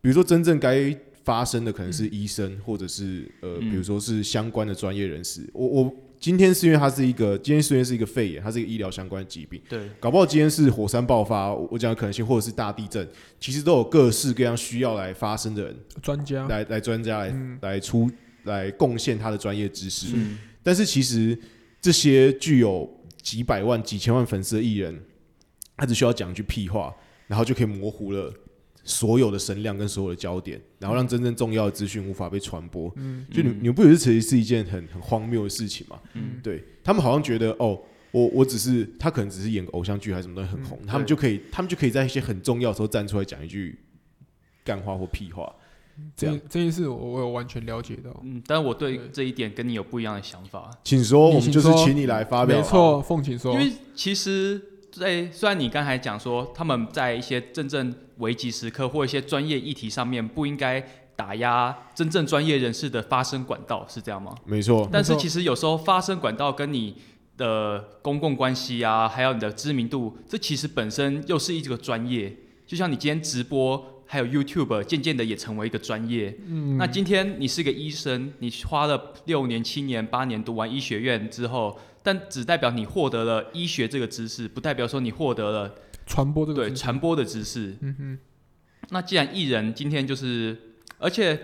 [SPEAKER 2] 比如说真正该发生的可能是
[SPEAKER 1] 嗯
[SPEAKER 2] 医生，或者是呃，
[SPEAKER 3] 嗯
[SPEAKER 2] 比如说是相关的专业人士。我我今天是因为它是一个，今天是因为是一个肺炎，它是一个医疗相关的疾病。
[SPEAKER 3] 对，
[SPEAKER 2] 搞不好今天是火山爆发，我我讲的可能性，或者是大地震，其实都有各式各样需要来发生的人，
[SPEAKER 1] 专家，
[SPEAKER 2] 来来专家来、
[SPEAKER 1] 啊嗯
[SPEAKER 2] 来出来贡献他的专业知识。
[SPEAKER 3] 嗯，
[SPEAKER 2] 但是其实这些具有几百万、几千万粉丝的艺人，他只需要讲一句屁话，然后就可以模糊了所有的声量跟所有的焦点，然后让真正重要的资讯无法被传播。
[SPEAKER 1] 嗯
[SPEAKER 2] 就你
[SPEAKER 3] 嗯
[SPEAKER 2] 你们不觉得这其实是一件很很荒谬的事情吗？
[SPEAKER 1] 嗯，
[SPEAKER 2] 对他们好像觉得哦。我我只是他可能只是演个偶像剧还是什么东西很红，他们
[SPEAKER 3] 对
[SPEAKER 2] 就可以他们就可以在一些很重要的时候站出来讲一句干话或屁话，这样
[SPEAKER 1] 这这件事我我有完全了解到。
[SPEAKER 3] 嗯，但是我对
[SPEAKER 1] 对
[SPEAKER 3] 这一点跟你有不一样的想法，
[SPEAKER 2] 请说，
[SPEAKER 1] 你
[SPEAKER 2] 我们
[SPEAKER 1] 请
[SPEAKER 2] 就是
[SPEAKER 1] 说
[SPEAKER 2] 请你来发表，啊
[SPEAKER 1] 没，错，凤琴说
[SPEAKER 3] 因，为其实在，虽然你刚才讲说他们在一些真正危急时刻或一些专业议题上面不应该打压真正专业人士的发声管道，是这样吗？
[SPEAKER 2] 没
[SPEAKER 1] 哦
[SPEAKER 2] 错，
[SPEAKER 3] 但是其实有时候发声管道跟你的公共关系啊，还有你的知名度，这其实本身又是一个专业。就像你今天直播，还有 YouTube，渐渐的也成为一个专业。
[SPEAKER 1] 嗯，
[SPEAKER 3] 那今天你是个医生，你花了六年、七年、八年读完医学院之后，但只代表你获得了医学这个知识，不代表说你获得了
[SPEAKER 1] 传播这个
[SPEAKER 3] 对
[SPEAKER 1] 知识，
[SPEAKER 3] 传播的知识。
[SPEAKER 1] 嗯哼，
[SPEAKER 3] 那既然艺人今天就是，而且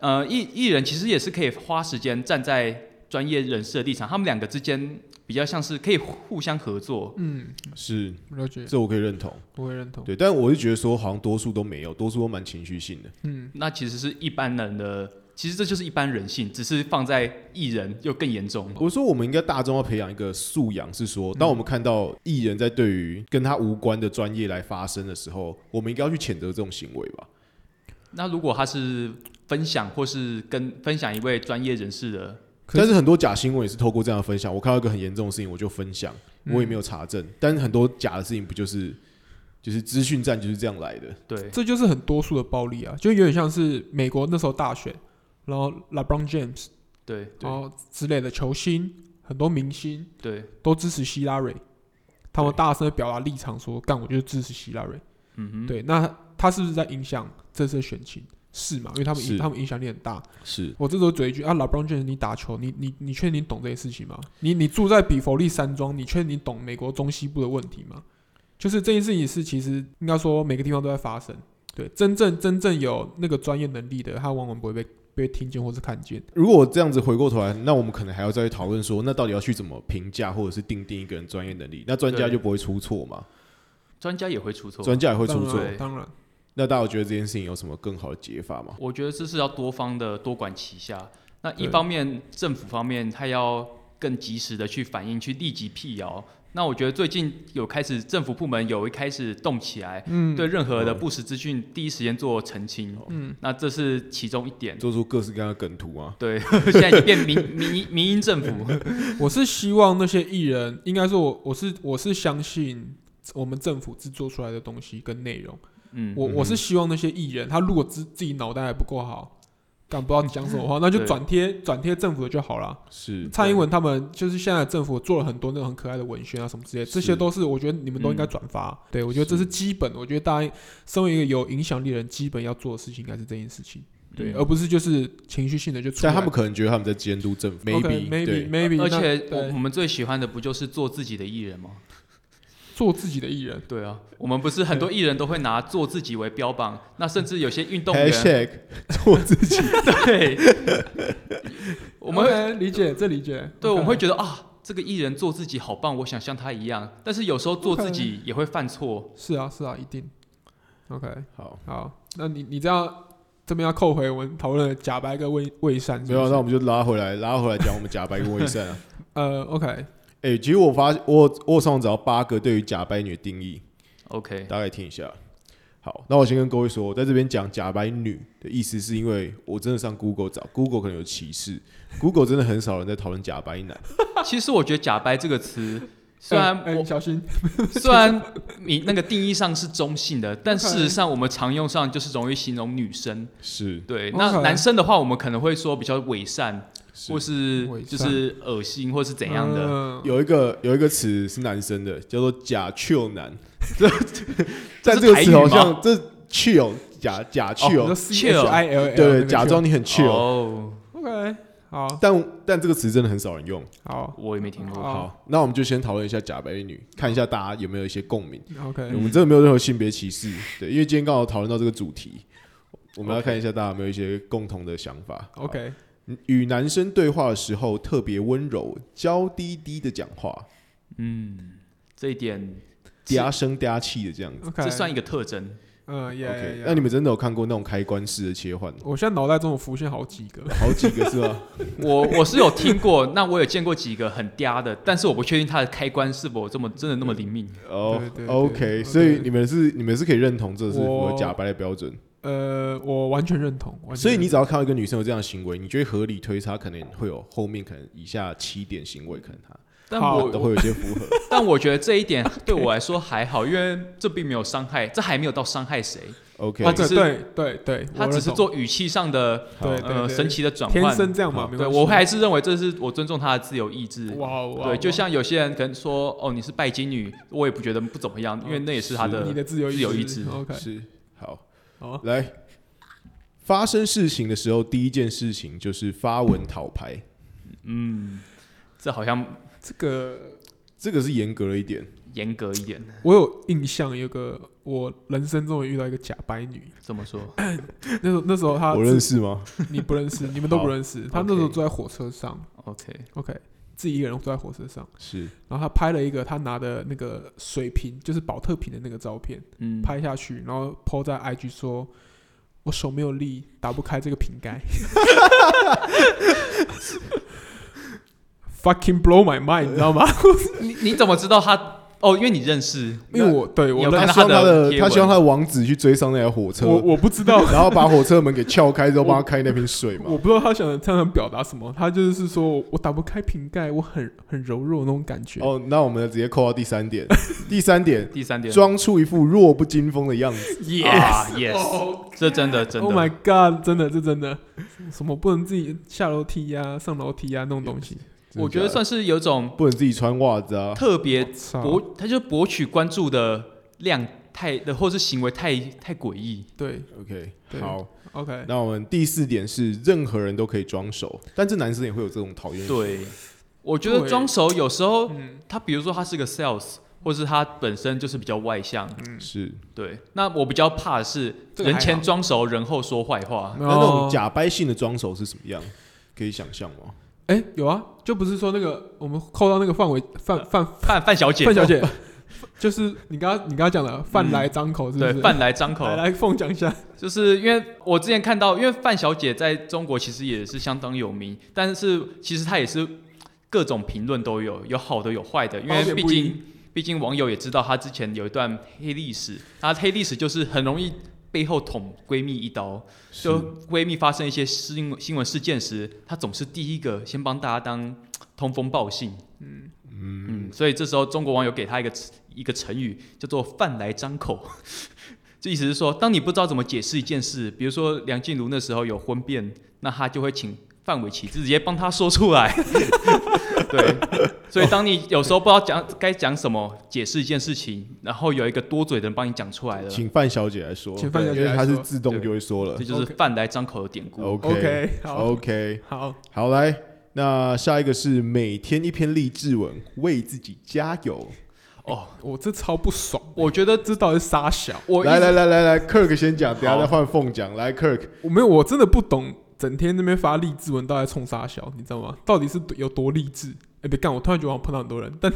[SPEAKER 3] 呃，艺艺人其实也是可以花时间站在专业人士的立场，他们两个之间比较像是可以互相合作。
[SPEAKER 1] 嗯，
[SPEAKER 2] 是
[SPEAKER 1] 了解，
[SPEAKER 2] 这我可以认同。
[SPEAKER 1] 我会认同。
[SPEAKER 2] 对，但我是觉得说，好像多数都没有，多数都蛮情绪性的。
[SPEAKER 1] 嗯，
[SPEAKER 3] 那其实是一般人的，其实这就是一般人性，只是放在艺人又更严重。
[SPEAKER 2] 我说，我们应该大众要培养一个素养，是说，当我们看到艺人在对于跟他无关的专业来发声的时候，我们应该要去谴责这种行为吧？
[SPEAKER 3] 那如果他是分享或是跟分享一位专业人士的，
[SPEAKER 1] 可是
[SPEAKER 2] 但是很多假新闻也是透过这样的分享，我看到一个很严重的事情，我就分享，
[SPEAKER 1] 嗯
[SPEAKER 2] 我也没有查证，但是很多假的事情不就是就是资讯战就是这样来的？
[SPEAKER 3] 对，
[SPEAKER 1] 这就是很多数的暴力啊，就有点像是美国那时候大选，然后 LeBron James，
[SPEAKER 3] 对，
[SPEAKER 1] 然后之类的球星，很多明星
[SPEAKER 3] 对，
[SPEAKER 1] 都支持希拉蕊，他们大声的表达立场说，干我就是支持希拉蕊。
[SPEAKER 3] 嗯哼，，
[SPEAKER 1] 对，那他是不是在影响这次的选情？是嘛？因为他们
[SPEAKER 2] 是
[SPEAKER 1] 影他们影响力很大。
[SPEAKER 2] 是
[SPEAKER 1] 我这时候嘴一句啊，LeBron James，你打球，你你你确定你懂这些事情吗？你你住在比佛利山庄，你确定你懂美国中西部的问题吗？就是这件事情是其实应该说每个地方都在发生。对，真正真正有那个专业能力的，他往往不会被被听见或是看见。
[SPEAKER 2] 如果这样子回过头来，那我们可能还要再去讨论说，那到底要去怎么评价或者是定定一个人专业能力？那专家
[SPEAKER 3] 对
[SPEAKER 2] 就不会出错嘛？
[SPEAKER 3] 专家也会出错。
[SPEAKER 2] 专家也会出
[SPEAKER 1] 当
[SPEAKER 2] 错。
[SPEAKER 1] 然当然，
[SPEAKER 2] 那大家有觉得这件事情有什么更好的解法吗？
[SPEAKER 3] 我觉得这是要多方的多管齐下。那一
[SPEAKER 1] 对
[SPEAKER 3] 方面，政府方面它要更及时的去反应，去立即辟谣。那我觉得最近有开始政府部门有一开始动起来，
[SPEAKER 1] 嗯，
[SPEAKER 3] 对任何的
[SPEAKER 2] 嗯
[SPEAKER 3] 不实资讯第一时间做澄清。
[SPEAKER 1] 嗯，
[SPEAKER 3] 那这是其中一点。
[SPEAKER 2] 做出各式各样的梗图啊，
[SPEAKER 3] 对， 现在已经变民民民营政府。
[SPEAKER 1] 我是希望那些艺人，应该说我我是我是相信我们政府制作出来的东西跟内容。
[SPEAKER 3] 嗯，
[SPEAKER 1] 我
[SPEAKER 2] 嗯
[SPEAKER 1] 我是希望那些艺人，他如果自自己脑袋还不够好，敢不知道讲什么话， 那就
[SPEAKER 3] 对
[SPEAKER 1] 转贴转贴政府的就好了。
[SPEAKER 2] 是
[SPEAKER 1] 蔡英文他们就是现在的政府做了很多那种很可爱的文宣啊什么之类的，这些
[SPEAKER 2] 是
[SPEAKER 1] 都是我觉得你们都应该
[SPEAKER 3] 嗯
[SPEAKER 1] 转发。对我觉得这是基本，我觉得大家身为一个有影响力的人，基本要做的事情应该是这件事情，对，而不是就是情绪性的就出来。
[SPEAKER 2] 嗯但他们可能觉得他们在监督政府
[SPEAKER 1] OK，
[SPEAKER 2] ，maybe 对
[SPEAKER 1] maybe maybe，
[SPEAKER 3] 而
[SPEAKER 1] 那
[SPEAKER 3] 且我
[SPEAKER 1] 对
[SPEAKER 3] 我们最喜欢的不就是做自己的艺人吗？
[SPEAKER 1] 做自己的艺人，
[SPEAKER 3] 对啊，我们不是很多艺人都会拿做自己为标榜，那甚至有些运 动员，
[SPEAKER 2] #hashtag 做自己，
[SPEAKER 3] 对， 我们会
[SPEAKER 1] OK，理解这理解，OK
[SPEAKER 3] 对，我们会觉得啊，这个艺人做自己好棒，我想像他一样。但是有时候做自己
[SPEAKER 1] 嗯
[SPEAKER 3] 也会犯错，
[SPEAKER 1] 是啊是啊，一定 OK
[SPEAKER 2] 好，
[SPEAKER 1] 好，那你你这样这边要扣回我们讨论的假白跟魏魏善是不
[SPEAKER 2] 没
[SPEAKER 1] 是，
[SPEAKER 2] 有，那我们就拉回来，拉回来讲我们假掰跟伪善啊。
[SPEAKER 1] 呃 OK
[SPEAKER 2] 哎、其实我发我我有上网找到八个对于假掰女的定义，
[SPEAKER 3] OK，
[SPEAKER 2] 大概听一下。好，那我先跟各位说，我在这边讲假白女的意思，是因为我真的上 Google 找，Google 可能有歧视，Google 真的很少人在讨论假白男。
[SPEAKER 3] 其实我觉得“假掰”这个词， 虽
[SPEAKER 1] 哎
[SPEAKER 3] 然
[SPEAKER 1] 哎
[SPEAKER 3] 我
[SPEAKER 1] 你小心，
[SPEAKER 3] 虽然你那个定义上是中性的，但事实上我们常用上就是容易形容女生。
[SPEAKER 2] 是
[SPEAKER 3] 对，
[SPEAKER 1] OK
[SPEAKER 3] 那男生的话，我们可能会说比较伪善，
[SPEAKER 2] 是
[SPEAKER 3] 或，是
[SPEAKER 1] 伪
[SPEAKER 3] 就
[SPEAKER 1] 善
[SPEAKER 3] 是恶心，或是怎样的。
[SPEAKER 1] 嗯
[SPEAKER 2] 有一个有一个词是男生的，叫做假 chill 男。 这
[SPEAKER 3] 这
[SPEAKER 2] 但
[SPEAKER 3] 是
[SPEAKER 2] 这个词好
[SPEAKER 3] 台语
[SPEAKER 2] 像这 chill 假假
[SPEAKER 1] 哦你说
[SPEAKER 2] chill，、
[SPEAKER 1] C H I L L
[SPEAKER 2] 哦对，假装你很 chill，、
[SPEAKER 3] 哦，
[SPEAKER 1] OK 好
[SPEAKER 2] 但但这个词真的很少人用。
[SPEAKER 1] 好
[SPEAKER 3] 我也没听过。
[SPEAKER 1] 好
[SPEAKER 2] 好，那我们就先讨论一下假白女，看一下大家有没有一些共鸣。
[SPEAKER 1] OK
[SPEAKER 2] 我们真的没有任何性别歧视，对，因为今天刚好讨论到这个主题，我们要
[SPEAKER 3] OK
[SPEAKER 2] 看一下大家有没有一些共同的想法。
[SPEAKER 1] OK
[SPEAKER 2] 好嗯与男生对话的时候特别温柔，娇滴滴的讲话，
[SPEAKER 3] 嗯，这一点是
[SPEAKER 2] 嗲声嗲气的这样子。
[SPEAKER 1] OK，
[SPEAKER 3] 这算一个特征。
[SPEAKER 1] 嗯
[SPEAKER 2] OK，
[SPEAKER 1] 也
[SPEAKER 2] 那你们真的有看过那种开关式的切换，
[SPEAKER 1] 我现在脑袋中有浮现好几个，
[SPEAKER 2] 好几个是吧？
[SPEAKER 3] 我我是有听过，那我也见过几个很嗲的，但是我不确定它的开关是否这么真的那么灵 敏。
[SPEAKER 2] 哦
[SPEAKER 1] 对对对
[SPEAKER 2] ，OK，
[SPEAKER 1] 对
[SPEAKER 2] 所以你们是你们是可以认同这是符合
[SPEAKER 1] 我
[SPEAKER 2] 假白的标准，
[SPEAKER 1] 呃，我完全认同，完全
[SPEAKER 2] 所以你
[SPEAKER 1] 认
[SPEAKER 2] 只要看到一个女生有这样的行为，你就会合理推测她可能会有后面可能以下七点行为，可能她
[SPEAKER 3] 但
[SPEAKER 1] 好
[SPEAKER 3] 我
[SPEAKER 2] 都会有一些符合。
[SPEAKER 3] 但我觉得这一点对我来说还好，因为这并没有伤害，这还没有到伤害谁，
[SPEAKER 2] OK，
[SPEAKER 3] 他
[SPEAKER 1] 同
[SPEAKER 3] 只是
[SPEAKER 1] 啊对对对，
[SPEAKER 3] 他
[SPEAKER 1] 我
[SPEAKER 3] 只
[SPEAKER 1] 认
[SPEAKER 3] 是
[SPEAKER 1] 同
[SPEAKER 3] 做语气上的
[SPEAKER 2] 好
[SPEAKER 1] 对对
[SPEAKER 3] 呃
[SPEAKER 1] 对
[SPEAKER 3] 神奇的转
[SPEAKER 1] 天
[SPEAKER 3] 换。
[SPEAKER 1] 生这样嘛，
[SPEAKER 2] 好
[SPEAKER 1] 没
[SPEAKER 3] 对
[SPEAKER 1] 关系。
[SPEAKER 3] 我还是认为这是我尊重他的自由意志。
[SPEAKER 1] 哇哇，
[SPEAKER 3] 对，就
[SPEAKER 1] 哇
[SPEAKER 3] 像有些人可能说哦你是拜金女，我也不觉得不怎么样，因为那也是他
[SPEAKER 1] 哦你
[SPEAKER 3] 的
[SPEAKER 1] 的自由
[SPEAKER 3] 呃自由意
[SPEAKER 1] 志
[SPEAKER 3] 志
[SPEAKER 1] OK，
[SPEAKER 2] 是好，
[SPEAKER 1] 好啊
[SPEAKER 2] 来发生事情的时候，第一件事情就是发文讨牌，
[SPEAKER 3] 嗯，这好像
[SPEAKER 1] 这个
[SPEAKER 2] 这个是严格了一点。
[SPEAKER 3] 严格一点，
[SPEAKER 1] 我有印象，有个我人生中有遇到一个假白女，
[SPEAKER 3] 怎么说？
[SPEAKER 1] 那时候那时候她
[SPEAKER 2] 我认识吗？
[SPEAKER 1] 自你不认 识，你们都
[SPEAKER 2] 好
[SPEAKER 1] 不认识，她那时候
[SPEAKER 2] OK
[SPEAKER 1] 坐在火车上
[SPEAKER 3] OK，
[SPEAKER 1] ，OK，自己一个人坐在火车上，
[SPEAKER 2] 是
[SPEAKER 1] 然后她拍了一个她拿的那个水瓶，就是保特瓶的那个照片，
[SPEAKER 3] 嗯，
[SPEAKER 1] 拍下去，然后 PO 在 IG 说。我手没有力，打不开这个瓶 盖。Fucking blow my mind，你知道 吗？
[SPEAKER 3] 你你怎么知道他？哦，因为你认识，
[SPEAKER 1] 因为我对
[SPEAKER 3] 你
[SPEAKER 1] 我
[SPEAKER 3] 有
[SPEAKER 1] 认
[SPEAKER 2] 他希
[SPEAKER 3] 看到
[SPEAKER 2] 望他
[SPEAKER 3] 他的
[SPEAKER 2] 的
[SPEAKER 3] 贴
[SPEAKER 2] 他
[SPEAKER 3] 文
[SPEAKER 2] 希望他的王子去追上那台火
[SPEAKER 1] 我
[SPEAKER 2] 车，
[SPEAKER 1] 我不知道，
[SPEAKER 2] 然后把火车门给撬开之后，帮他开那瓶水嘛
[SPEAKER 1] 我。不知道他想他想表达什么，他就是说我打不开瓶盖，我很很柔弱那种感觉。
[SPEAKER 2] 哦，那我们直接扣到第三点，第三点
[SPEAKER 3] 第三点
[SPEAKER 2] 装出一副弱不禁风的样子。
[SPEAKER 3] 啊，yes，这真的真
[SPEAKER 1] Oh my
[SPEAKER 3] 的，
[SPEAKER 1] god！真的，这真的，什么不能自己下楼梯呀、上楼梯呀、那种东西。
[SPEAKER 3] 我觉得
[SPEAKER 2] 真的假的
[SPEAKER 3] 算是有种
[SPEAKER 2] 不能自己穿袜子啊。
[SPEAKER 3] 特别
[SPEAKER 1] 操！
[SPEAKER 3] 博，他就博取关注的量太的，或是行为太太诡异。
[SPEAKER 1] 对
[SPEAKER 2] OK，
[SPEAKER 1] 对
[SPEAKER 2] 好，
[SPEAKER 1] ，OK，
[SPEAKER 2] 那我们第四点是任何人都可以装熟，但这男生也会有这种讨厌。，
[SPEAKER 3] 对，我觉得
[SPEAKER 1] 对
[SPEAKER 3] 装熟有时候
[SPEAKER 1] 嗯，
[SPEAKER 3] 他，比如说他是个 sales，或是他本身就是比较外向。
[SPEAKER 2] 是
[SPEAKER 3] 对，那我比较怕的是
[SPEAKER 1] 嗯这个
[SPEAKER 3] 人
[SPEAKER 1] 还
[SPEAKER 3] 前
[SPEAKER 1] 好嗯
[SPEAKER 3] 装熟，人后说坏话。
[SPEAKER 2] 那那
[SPEAKER 1] 哦
[SPEAKER 2] 种假掰性的装手是什么样？可以想象吗？
[SPEAKER 1] 哎、有啊，就不是说那个我们扣到那个范围范范
[SPEAKER 3] 范范小姐，
[SPEAKER 1] 范小姐，就是你刚刚你刚刚讲的饭来张口是不
[SPEAKER 3] 对
[SPEAKER 1] 是？
[SPEAKER 3] 饭来张口
[SPEAKER 1] 来，来凤讲一下。
[SPEAKER 3] 就是因为我之前看到，因为范小姐在中国其实也是相当有名，但是其实她也是各种评论都有，有好的有坏的，因
[SPEAKER 1] 褒
[SPEAKER 3] 为
[SPEAKER 1] 贬
[SPEAKER 3] 毕
[SPEAKER 1] 不一
[SPEAKER 3] 竟毕竟网友也知道她之前有一段黑历史，她黑历史就是很容易背后捅闺蜜一刀，就是闺蜜发生一些新闻新闻事件时，她总是第一个先帮大家当通风报信，
[SPEAKER 2] 嗯，
[SPEAKER 3] 嗯，所以这时候中国网友给他一个词一个成语叫做“饭来张口”， 这意思是说，当你不知道怎么解释一件事，比如说梁静茹那时候有婚变，那他就会请范玮琪直接帮他说出来。 对，所以当你有时候不知道讲该讲什么解释一件事情，然后有一个多嘴的人帮你讲出来了，
[SPEAKER 2] 请范小姐来说，
[SPEAKER 1] 请范小姐
[SPEAKER 2] 对因为
[SPEAKER 1] 来
[SPEAKER 2] 她是
[SPEAKER 1] 说
[SPEAKER 2] 自动
[SPEAKER 3] 对
[SPEAKER 2] 就会说了
[SPEAKER 3] 这。就是“饭来张口”的典故。
[SPEAKER 2] OK
[SPEAKER 1] OK，好
[SPEAKER 2] OK，
[SPEAKER 1] 好，
[SPEAKER 2] 好来，那下一个是每天一篇励志文，为自己加油。
[SPEAKER 3] 哦，
[SPEAKER 1] 我这超不爽，
[SPEAKER 3] 我觉得
[SPEAKER 1] 这到底是傻小？
[SPEAKER 3] 我一
[SPEAKER 2] 来
[SPEAKER 3] 直
[SPEAKER 2] 来来来来，Kirk 先讲，等一下再换凤讲。来，Kirk，
[SPEAKER 1] 我没有，我真的不懂，整天那边发励志文，到底在冲傻小，你知道吗？到底是有多励志？哎、别干！我突然觉得我好像碰到很多人， 但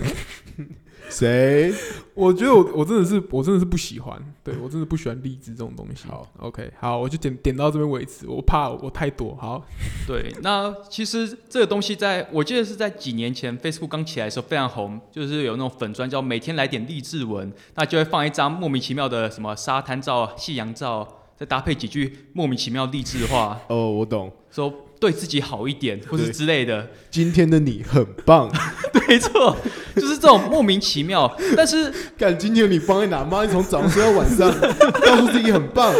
[SPEAKER 2] 谁？
[SPEAKER 1] 我觉得我我真的是我真的是不喜欢，对我真的不喜欢励志这种东西。
[SPEAKER 2] 好
[SPEAKER 1] ，OK，好，我就点点到这边为止，我怕我太多。好，
[SPEAKER 3] 对，那其实这个东西在，我记得是在几年前 Facebook 刚起来的时候非常红，就是有那种粉砖叫每天来点励志文，那就会放一张莫名其妙的什么沙滩照、啊夕阳照，再搭配几句莫名其妙励志话，
[SPEAKER 2] 哦，我懂。
[SPEAKER 3] 说对自己好一点，或是之类的。
[SPEAKER 2] 今天的你很棒，
[SPEAKER 3] 没错，就是这种莫名其妙，但是
[SPEAKER 2] 干！今天的你放在哪？妈，你从早上睡到晚上， 告诉自己很棒。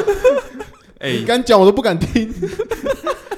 [SPEAKER 3] 哎、
[SPEAKER 2] 你敢讲，我都不敢听。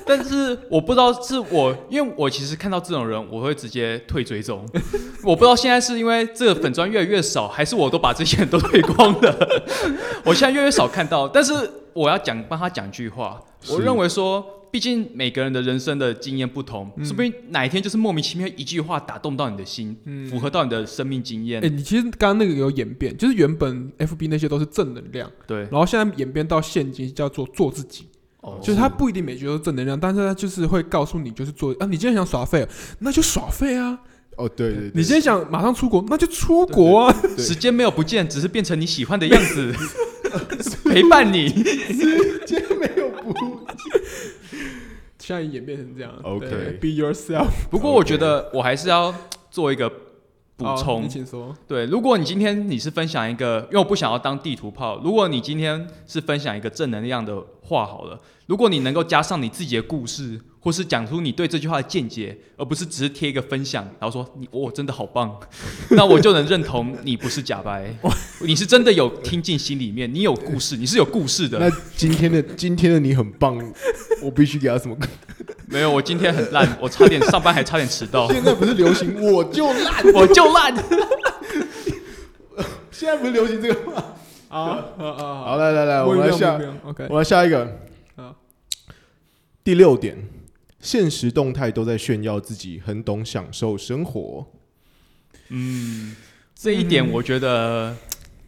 [SPEAKER 3] 但是我不知道是我，因为我其实看到这种人，我会直接退追踪。 我不知道现在是因为这个粉砖越来越少，还是我都把这些人都退光了。 我现在越来越少看到，但是我要讲帮他讲句话，我
[SPEAKER 2] 是
[SPEAKER 3] 认为说，毕竟每个人的人生的经验不同，
[SPEAKER 1] 嗯
[SPEAKER 3] 说不定哪一天就是莫名其妙一句话打动到你的心，
[SPEAKER 1] 嗯
[SPEAKER 3] 符合到你的生命经验。
[SPEAKER 2] 嗯
[SPEAKER 1] 哎、你其实刚刚那个有演变，就是原本 FB 那些都是正能量，
[SPEAKER 3] 对，
[SPEAKER 1] 然后现在演变到现今叫做做自己，
[SPEAKER 3] 哦
[SPEAKER 1] 就是他不一定每句都是正能量，但是他就是会告诉你，就是做啊，你今天想耍废，那就耍废啊，
[SPEAKER 2] 哦，对对对，
[SPEAKER 1] 你今天想马上出国，那就出国啊，
[SPEAKER 2] 对
[SPEAKER 3] 时间没有不见，只是变成你喜欢的样子， 陪伴你。
[SPEAKER 2] 今天没有不
[SPEAKER 1] 现在演变成这样
[SPEAKER 2] OK
[SPEAKER 1] 对，Be yourself，
[SPEAKER 3] 不哦过我觉得我还是要做一个补
[SPEAKER 1] 好
[SPEAKER 3] 充
[SPEAKER 1] 你，请 说，
[SPEAKER 3] 对，如果你今天你是分享一个，因为我不想要当地图炮，如果你今天是分享一个正能量的话好了，如果你能够加上你自己的故事，或是讲出你对这句话的见解，而不是只是贴一个分享，然后说你我、真的好棒， 那我就能认同你不是假 白，你是真的有听进心里面，你有故事，你是有故事的
[SPEAKER 2] 那。今天的今天的你很棒，我必须给他什么？
[SPEAKER 3] 没有，我今天很烂，我差点上班还差点迟到，
[SPEAKER 1] 哦
[SPEAKER 2] 现在不是流行我就烂，
[SPEAKER 3] 我就烂。
[SPEAKER 2] 现在不是流行这个吗？
[SPEAKER 1] 好，好，好，
[SPEAKER 2] 好，来来来，哎我们来下，
[SPEAKER 1] ，OK，
[SPEAKER 2] 我来下一个
[SPEAKER 1] 好。
[SPEAKER 2] 第六点，现实动态都在炫耀自己很懂享受生活。
[SPEAKER 3] 嗯，这一点我觉得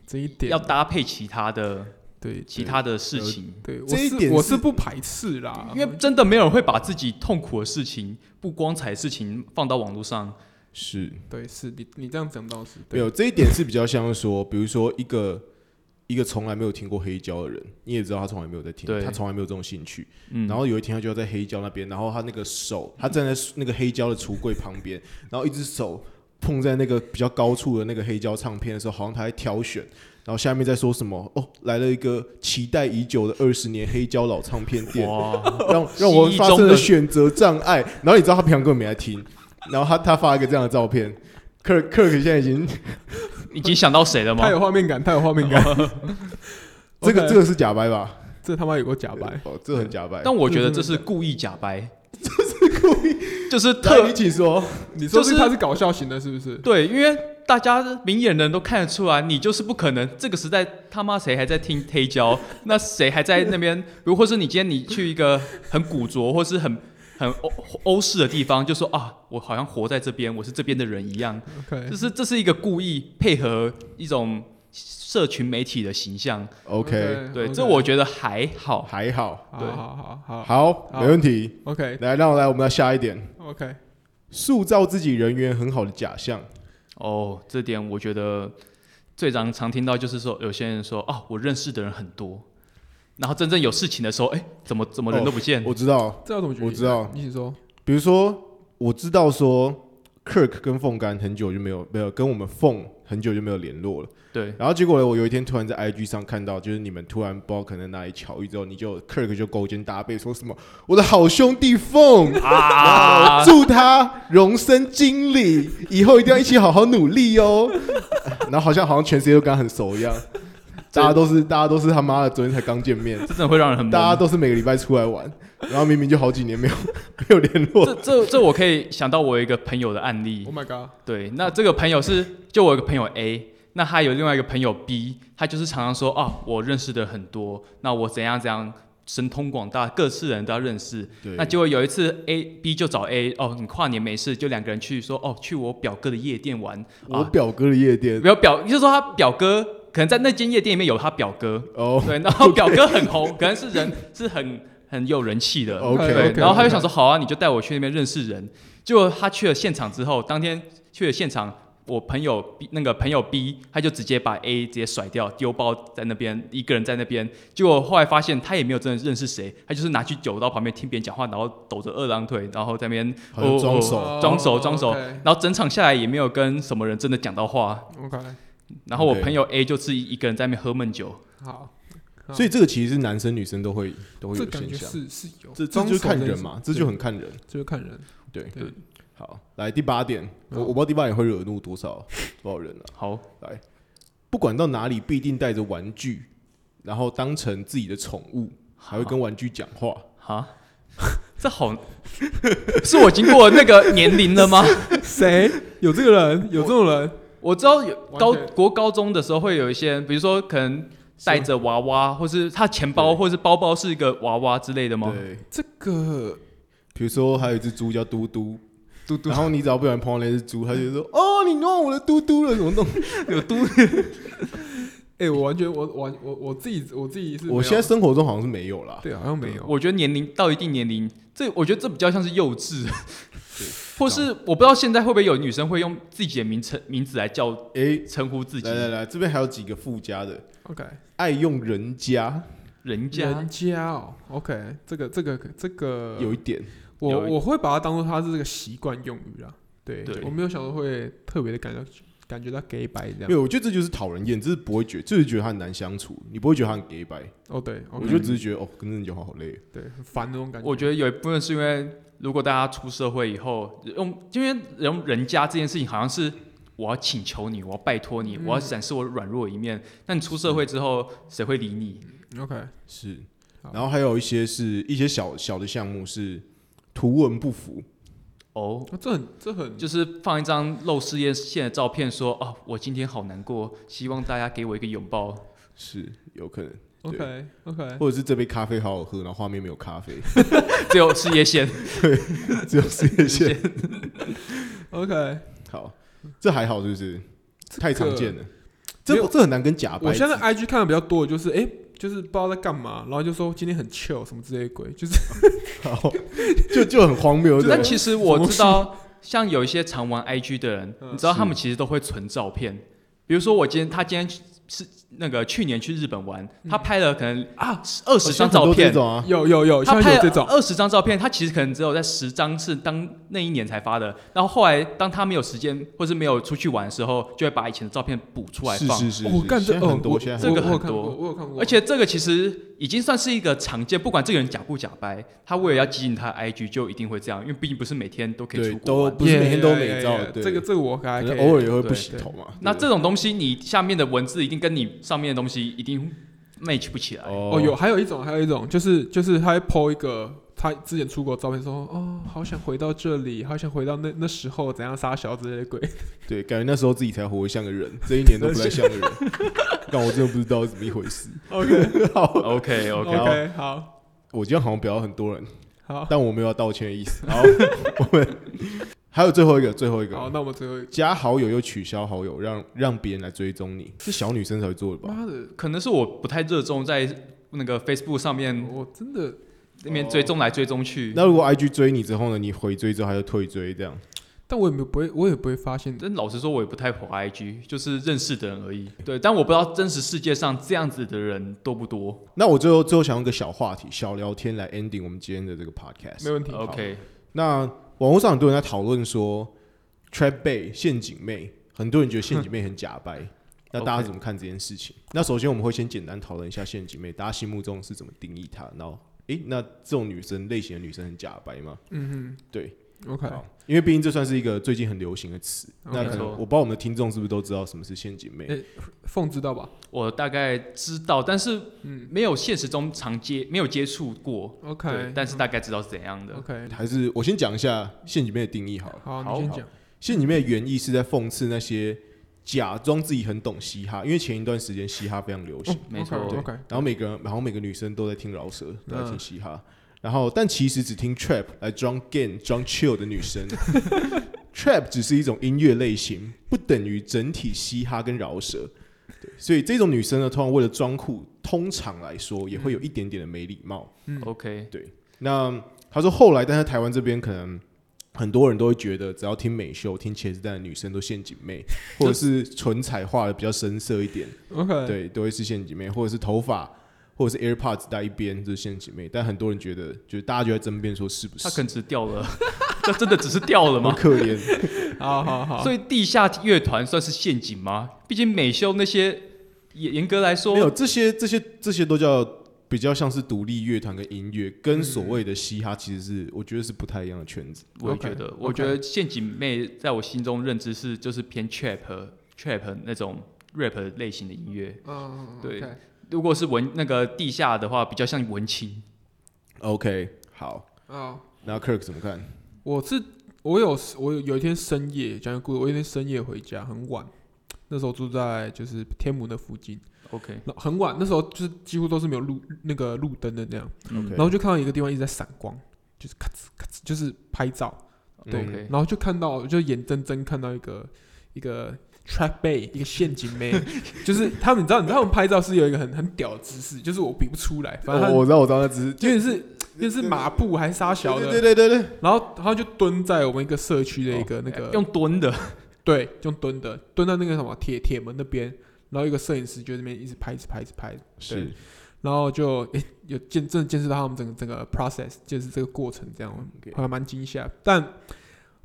[SPEAKER 1] 这一点
[SPEAKER 3] 要搭配其他的
[SPEAKER 1] 对
[SPEAKER 3] 其他的事情，
[SPEAKER 1] 对，我
[SPEAKER 2] 这一
[SPEAKER 1] 是
[SPEAKER 2] 点
[SPEAKER 1] 我
[SPEAKER 2] 是
[SPEAKER 1] 是不排斥啦，
[SPEAKER 3] 因为真的没有人会把自己痛苦的事情、不光彩的事情放到网络上。
[SPEAKER 2] 是，
[SPEAKER 1] 对，是你你这样讲倒是
[SPEAKER 2] 没
[SPEAKER 1] 对，
[SPEAKER 2] 有这一点是比较像是说，比如说一个一个从来没有听过黑胶的人，你也知道他从来没有在听
[SPEAKER 3] 对，
[SPEAKER 2] 他从来没有这种兴趣。
[SPEAKER 3] 嗯，
[SPEAKER 2] 然后有一天他就要在黑胶那边，然后他那个手，他站在那个黑胶的橱柜旁边，然后一只手碰在那个比较高处的那个黑胶唱片的时候，好像他在挑选，然后下面在说什么哦，来了一个期待已久的二十年黑胶老唱片店，
[SPEAKER 3] 哇，
[SPEAKER 2] 让让我
[SPEAKER 3] 记忆
[SPEAKER 2] 发
[SPEAKER 3] 中
[SPEAKER 2] 生了
[SPEAKER 3] 的
[SPEAKER 2] 选择障碍。然后你知道他平常根本没来听，然后他他发一个这样的照片。克克现在已经
[SPEAKER 3] 已经想到谁了吗
[SPEAKER 1] 太？有画面感，太有画面
[SPEAKER 3] 哦
[SPEAKER 1] 感，
[SPEAKER 2] 这个
[SPEAKER 1] OK
[SPEAKER 2] 这个是假掰吧？
[SPEAKER 1] 这他妈有个假白，
[SPEAKER 2] 哦，这很假掰。
[SPEAKER 3] 但我觉得
[SPEAKER 1] 这
[SPEAKER 3] 这
[SPEAKER 1] 真的
[SPEAKER 3] 是故意假掰， 这是故意，就是
[SPEAKER 2] 来，
[SPEAKER 3] 特
[SPEAKER 2] 你请说。
[SPEAKER 1] 你说
[SPEAKER 3] 就是是
[SPEAKER 1] 他是搞笑型的，是不是？
[SPEAKER 3] 对，因为大家明眼人都看得出来，你就是不可能。这个时代他妈谁还在听黑胶？那谁还在那边？如或是你今天你去一个很古着或是很很欧欧式的地方，就说啊，我好像活在这边，我是这边的人一样。
[SPEAKER 1] OK，
[SPEAKER 3] 就是这是一个故意配合一种社群媒体的形象。
[SPEAKER 2] OK，
[SPEAKER 3] 对
[SPEAKER 1] OK
[SPEAKER 3] 这我觉得还好。
[SPEAKER 2] 还好，
[SPEAKER 1] 好
[SPEAKER 3] 对
[SPEAKER 1] 好好好
[SPEAKER 2] 好，没问题。
[SPEAKER 1] ，OK
[SPEAKER 2] 来，让我来，我们要下一点，
[SPEAKER 1] OK，
[SPEAKER 2] 塑造自己人缘很好的假象。
[SPEAKER 3] 哦，这点我觉得最常常听到就是说，有些人说哦，我认识的人很多，然后真正有事情的时候，哎，怎么怎么人都不见？
[SPEAKER 2] 我知道，
[SPEAKER 1] 这要怎么举例？
[SPEAKER 2] 我知道
[SPEAKER 1] 你请说。
[SPEAKER 2] 比如说，我知道说，Kirk 跟凤干很久就没有没有跟我们凤很久就没有联络了。
[SPEAKER 3] 对，
[SPEAKER 2] 然后结果呢，我有一天突然在 IG 上看到，就是你们突然不知道可能哪里巧遇之后，你就 Kirk 就勾肩搭背说什么我的好兄弟凤啊，祝他荣升经理，以后一定要一起好好努力哦。 然后好像好像全世界都跟他很熟一样，大家都是大家都是他妈的昨天才刚见面
[SPEAKER 3] 这，真的会让人很
[SPEAKER 2] 大家
[SPEAKER 3] 懵。
[SPEAKER 2] 都是每个礼拜出来玩，然后明明就好几年没有 没有联络
[SPEAKER 3] 这这这我可以想到我有一个朋友的案例
[SPEAKER 1] Oh，my Oh god！
[SPEAKER 3] 对，那这个朋友是就我有个朋友 A，那他有另外一个朋友 B，他就是常常说哦，我认识的很多，那我怎样怎样神通广大，各式人都要认识。
[SPEAKER 2] 对，
[SPEAKER 3] 那结果有一次 A B 就找 A 哦，你跨年没事，就两个人去说哦，去我表哥的夜店玩。
[SPEAKER 1] 啊
[SPEAKER 3] 啊
[SPEAKER 2] 我表哥的夜店
[SPEAKER 3] 没有表，就是说他表哥可能在那间夜店里面有他表哥，
[SPEAKER 2] 哦，
[SPEAKER 3] 对，然后 表哥很红，可能是人是很很有人气的。
[SPEAKER 2] OK，
[SPEAKER 3] 对
[SPEAKER 1] OK，
[SPEAKER 3] 然后他就
[SPEAKER 1] OK
[SPEAKER 3] 想说，好啊，你就带我去那边认识人。结果他去了现场之后，当天去了现场，我朋友 B 那个朋友 B，他就直接把 A 直接甩掉，丢包在那边，一个人在那边。结果后来发现他也没有真的认识谁，他就是拿起酒到旁边听别人讲话，然后抖着二郎腿，然后在那边
[SPEAKER 2] 好像装熟
[SPEAKER 1] 哦
[SPEAKER 3] 装熟装熟
[SPEAKER 1] OK，
[SPEAKER 3] 然后整场下来也没有跟什么人真的讲到话。
[SPEAKER 1] OK，
[SPEAKER 3] 然后我
[SPEAKER 2] OK
[SPEAKER 3] 朋友 A 就自己一个人在那边喝闷酒。
[SPEAKER 1] 好，
[SPEAKER 2] 所以这个其实是男生女生都会都会
[SPEAKER 1] 啊这
[SPEAKER 2] 有
[SPEAKER 1] 感
[SPEAKER 2] 现
[SPEAKER 1] 觉
[SPEAKER 2] 象，
[SPEAKER 1] 是是有，
[SPEAKER 2] 这这
[SPEAKER 1] 装
[SPEAKER 2] 就
[SPEAKER 1] 熟
[SPEAKER 2] 看
[SPEAKER 1] 件
[SPEAKER 2] 人
[SPEAKER 1] 事
[SPEAKER 2] 嘛，这就很看人。
[SPEAKER 1] 这就看人。
[SPEAKER 2] 对
[SPEAKER 1] 对，
[SPEAKER 2] 好，来第八点，我
[SPEAKER 1] 嗯
[SPEAKER 2] 我不知道第八点会惹怒多少多少人啊。
[SPEAKER 3] 好，
[SPEAKER 2] 不管到哪里，必定带着玩具，然后当成自己的宠物，还会跟玩具讲话。
[SPEAKER 3] 哈，这好， 是我经过那个年龄了吗？
[SPEAKER 1] 谁有这个人？有这种人？
[SPEAKER 3] 我知道有高
[SPEAKER 1] 完全
[SPEAKER 3] 国高中的时候会有一些，比如说可能带着娃娃，或是他钱包
[SPEAKER 2] 对
[SPEAKER 3] 或是包包是一个娃娃之类的吗？
[SPEAKER 2] 对，
[SPEAKER 1] 这个
[SPEAKER 2] 比如说还有一只猪叫嘟嘟。嘟嘟，然后你只要不小心碰到那只猪，它就说：“哦，你弄我的嘟嘟了，怎么弄
[SPEAKER 3] 有嘟，
[SPEAKER 1] 哎、我完全我我我我自己我自己是？”没有，
[SPEAKER 2] 我现在生活中好像是没有啦。
[SPEAKER 1] 对好像没有，
[SPEAKER 3] 我觉得年龄到一定年龄，这我觉得这比较像是幼稚， 或是我不知道现在会不会有女生会用自己的名称名字来叫
[SPEAKER 2] 哎，
[SPEAKER 3] 称呼自己
[SPEAKER 2] 来，来来，这边还有几个附加的，
[SPEAKER 1] OK，
[SPEAKER 2] 爱用人家
[SPEAKER 3] 人家
[SPEAKER 1] 人家哦，OK，这个这个这个
[SPEAKER 2] 有一点，
[SPEAKER 1] 我
[SPEAKER 3] 有一
[SPEAKER 1] 我会把它当做它是这个习惯用语啦。对，
[SPEAKER 3] 对
[SPEAKER 1] 我没有想到会特别的感到感觉到 gay 白这
[SPEAKER 2] 没
[SPEAKER 1] 样。
[SPEAKER 2] 有，我觉得这就是讨人厌，这是不会觉得，这是觉得他很难相处，你不会觉得他很 gay 白，
[SPEAKER 1] 哦，对，
[SPEAKER 2] 我
[SPEAKER 1] OK，
[SPEAKER 2] 就只是觉得哦，跟这种讲话好累。
[SPEAKER 1] 对很烦那种感觉。
[SPEAKER 3] 我觉得有一部分是因为，如果大家出社会以后，用因为人人家这件事情好像是我要请求你，我要拜托你，
[SPEAKER 1] 嗯
[SPEAKER 3] 我要展示我软弱的一面。那你出社会之后，谁会理你？
[SPEAKER 1] 得 OK，
[SPEAKER 2] 是，
[SPEAKER 1] 好
[SPEAKER 2] 然后还有一些是一些小小的项目是图文不符，
[SPEAKER 3] 哦，
[SPEAKER 1] 哦这很这很
[SPEAKER 3] 就是放一张露事业线的照片说，啊，我今天好难过，希望大家给我一个拥抱。
[SPEAKER 2] 是有可能，
[SPEAKER 1] OK OK，
[SPEAKER 2] 或者是这杯咖啡好好喝，然后画面没有 咖啡，
[SPEAKER 3] 只有事业线，
[SPEAKER 2] 只有事业线。
[SPEAKER 1] OK，
[SPEAKER 2] 好，这还好是不是？太常见了，
[SPEAKER 1] 没
[SPEAKER 2] 这
[SPEAKER 1] 有
[SPEAKER 2] 这很难跟假啊白。
[SPEAKER 1] 我现在 IG 看的比较多的就是，哎、就是不知道在干嘛，然后就说今天很 chill 什么之类的鬼，就是
[SPEAKER 2] 好，就就很荒 谬。对
[SPEAKER 3] 但
[SPEAKER 2] 不对
[SPEAKER 3] 其实我知道，像有一些常玩 IG 的人，
[SPEAKER 1] 嗯
[SPEAKER 3] 你知道他们其实都会存照片。比如说我今天，他今天是那个去年去日本玩，
[SPEAKER 1] 嗯
[SPEAKER 3] 他拍了可能啊二
[SPEAKER 2] 好
[SPEAKER 3] 十
[SPEAKER 2] 哦像
[SPEAKER 3] 张
[SPEAKER 2] 很多这
[SPEAKER 3] 照片，
[SPEAKER 2] 种 啊，
[SPEAKER 1] 有有有，
[SPEAKER 3] 他
[SPEAKER 1] 哦像
[SPEAKER 3] 拍
[SPEAKER 1] 有这
[SPEAKER 3] 了
[SPEAKER 1] 种，
[SPEAKER 3] 二十张照片，他其实可能只有在十张是当那一年才发的，然后后来当他没有时间或是没有出去玩的时候，就会把以前的照片补出来
[SPEAKER 2] 是
[SPEAKER 3] 放。
[SPEAKER 2] 是是，
[SPEAKER 1] 我
[SPEAKER 2] 是
[SPEAKER 1] 干这
[SPEAKER 2] 现在
[SPEAKER 1] 哦
[SPEAKER 2] 很多，
[SPEAKER 1] 我
[SPEAKER 2] 现在
[SPEAKER 3] 这
[SPEAKER 1] 我
[SPEAKER 3] 个
[SPEAKER 1] 我有
[SPEAKER 3] 很
[SPEAKER 1] 看
[SPEAKER 3] 多
[SPEAKER 1] 过，我有看过，
[SPEAKER 3] 而且这个其实已经算是一个常见，不管这个人假不假白，他为了要激进他的 IG 就一定会这样，因为毕竟不是每天都可以
[SPEAKER 2] 对
[SPEAKER 3] 出国
[SPEAKER 2] 都
[SPEAKER 3] 玩。
[SPEAKER 2] 不是每天都美
[SPEAKER 1] Yeah, yeah,
[SPEAKER 2] 照
[SPEAKER 1] yeah,，yeah，
[SPEAKER 2] 对
[SPEAKER 1] 这个这个我还
[SPEAKER 2] 可
[SPEAKER 1] 可
[SPEAKER 2] 能
[SPEAKER 1] 以
[SPEAKER 2] 偶尔也会不
[SPEAKER 3] 对
[SPEAKER 2] 洗
[SPEAKER 1] 对
[SPEAKER 2] 头嘛。
[SPEAKER 3] 那
[SPEAKER 2] 对
[SPEAKER 3] 这种东西，你下面的文字一定跟你上面的东西一定 match 不起来。
[SPEAKER 1] 哦，有，还有一种，还有一种就是就是他会 PO 一个他之前出国的照片说，哦，好想回到这里，好想回到那那时候怎样杀小之类的鬼，
[SPEAKER 2] 对，感觉那时候自己才活得像个人，这一年都不太像个人。 但我真的不知道是怎么一回事。OK，好，
[SPEAKER 3] OK OK，
[SPEAKER 2] 好
[SPEAKER 1] OK，好
[SPEAKER 2] 我今天好像表扬很多人，
[SPEAKER 1] 哦好
[SPEAKER 2] 但我没有要道歉的意思。好， 我们还有最后一个，最后一
[SPEAKER 1] 好，
[SPEAKER 2] 个，
[SPEAKER 1] 那我们最后一
[SPEAKER 2] 加好友又取消好友，让让别人来追踪你，是小女生才会做的吧？
[SPEAKER 1] 妈的，
[SPEAKER 3] 可能是我不太热衷在那个 Facebook 上
[SPEAKER 2] 嗯
[SPEAKER 3] 面
[SPEAKER 1] 我真的
[SPEAKER 3] 那边追踪来追踪去。
[SPEAKER 2] 那如果 IG 追你之后呢？你回追之后还是退追这样？
[SPEAKER 1] 但我也没有不会，我也不会发现。
[SPEAKER 3] 但老实说，我也不太滑 IG，就是认识的人而已。对，但我不知道真实世界上这样子的人多不多。
[SPEAKER 2] 那我最后最后想用一个小话题、小聊天来 ending 我们今天的这个 podcast。
[SPEAKER 1] 没问题。
[SPEAKER 3] OK，
[SPEAKER 2] 那网络上很多人在讨论说，trap bay 陷阱妹，很多人觉得陷阱妹很假掰。那大家
[SPEAKER 3] OK
[SPEAKER 2] 怎么看这件事情那首先我们会先简单讨论一下陷阱妹，大家心目中是怎么定义她？然后，诶、那这种女生类型的女生很假掰吗？
[SPEAKER 1] 嗯
[SPEAKER 2] 对，
[SPEAKER 1] 哼，OK，
[SPEAKER 2] 好，因为毕竟这算是一个最近很流行的词。
[SPEAKER 1] 嗯
[SPEAKER 2] 那
[SPEAKER 1] 没
[SPEAKER 2] 可能
[SPEAKER 3] 错
[SPEAKER 2] 我不知道我们的听众是不是都知道什么是陷阱妹？
[SPEAKER 1] 诶凤知道吧？
[SPEAKER 3] 我大概知道，但是
[SPEAKER 1] 嗯
[SPEAKER 3] 没有现实中常接，没有接触过。对
[SPEAKER 1] ，OK，，嗯
[SPEAKER 3] 但是大概知道是怎样的。
[SPEAKER 1] OK，
[SPEAKER 2] 还是我先讲一下陷阱妹的定义好了。
[SPEAKER 1] 好，
[SPEAKER 3] 好
[SPEAKER 1] 你先讲。
[SPEAKER 2] 陷阱妹的原意是在讽刺那些假装自己很懂嘻哈，因为前一段时间嘻哈非常流行，
[SPEAKER 3] 没错
[SPEAKER 1] 哦，OK，OK，
[SPEAKER 2] 然后每个人，然后每个女生都在听饶舌，都在
[SPEAKER 1] 嗯
[SPEAKER 2] 听嘻哈，然后但其实只听 trap 来装 gain、装 chill 的女生 ，trap 只是一种音乐类型，不等于整体嘻哈跟饶舌。对，所以这种女生呢，通常为了装酷，通常来说也会有一点点的没礼貌。
[SPEAKER 3] ，OK，
[SPEAKER 2] 那他说后来，但是台湾这边可能很多人都会觉得，只要听美秀、听茄子蛋的女生都陷阱妹，或者是唇彩画的比较深色一点，
[SPEAKER 1] OK，，
[SPEAKER 2] 对，都会是陷阱妹，或者是头发。或者是 AirPods 戴一边就是陷阱妹，但很多人觉得，就是大家就在争辩说是不是
[SPEAKER 3] 他可能只是掉了， 这真的只是掉了
[SPEAKER 2] 好
[SPEAKER 3] 吗？
[SPEAKER 2] 可怜，
[SPEAKER 1] 好好好，
[SPEAKER 3] 所以地下乐团算是陷阱吗？毕竟美秀那些严严格来
[SPEAKER 2] 没有
[SPEAKER 3] 说，
[SPEAKER 2] 这些这些这些都叫比较像是独立乐团跟音乐，
[SPEAKER 1] 嗯
[SPEAKER 2] 跟所谓的嘻哈其实是我觉得是不太一样的圈子。
[SPEAKER 3] 我也
[SPEAKER 1] OK，
[SPEAKER 3] 觉得
[SPEAKER 1] OK
[SPEAKER 3] 我觉得陷阱妹在我心中认知是就是偏 trap trap 那种 rap 类型的音乐。
[SPEAKER 1] 嗯，
[SPEAKER 3] 对
[SPEAKER 1] OK
[SPEAKER 3] 如果是文那个地下的话，比较像文青。
[SPEAKER 2] OK，好，
[SPEAKER 1] 哦，
[SPEAKER 2] 那 Kirk 怎么看？
[SPEAKER 1] 我是我有我有有一天深夜讲一个故事，我有一天深夜回家很晚，那时候住在就是天母那附近，
[SPEAKER 3] OK，
[SPEAKER 1] 那很晚，那时候就是几乎都是没有路那个路灯的那样，
[SPEAKER 3] 嗯
[SPEAKER 2] OK
[SPEAKER 1] 然后就看到一个地方一直在闪光，就是咔哧咔哧，就是拍照，对，
[SPEAKER 3] 嗯 OK
[SPEAKER 1] 然后就看到就眼睁睁看到一个一个 trap bay 一个陷阱妹，就是他们你知道你知道他们拍照是有一个很很屌的姿势，就是我比不出来，反正他
[SPEAKER 2] 哦我我知道我知道，那只是
[SPEAKER 1] 有点是有点是马步还是沙小的，
[SPEAKER 2] 对对对对对，
[SPEAKER 1] 然后他就蹲在我们一个社区的一个那个、
[SPEAKER 3] 哦用蹲的，
[SPEAKER 1] 对用蹲的蹲在那个什么铁铁门那边，然后一个摄影师就在那边一直拍一直拍一直拍，
[SPEAKER 2] 是
[SPEAKER 1] 然后就诶、有见真的见识到他们整个整个 process，就是这个过程这样，
[SPEAKER 2] OK
[SPEAKER 1] 还蛮惊吓。但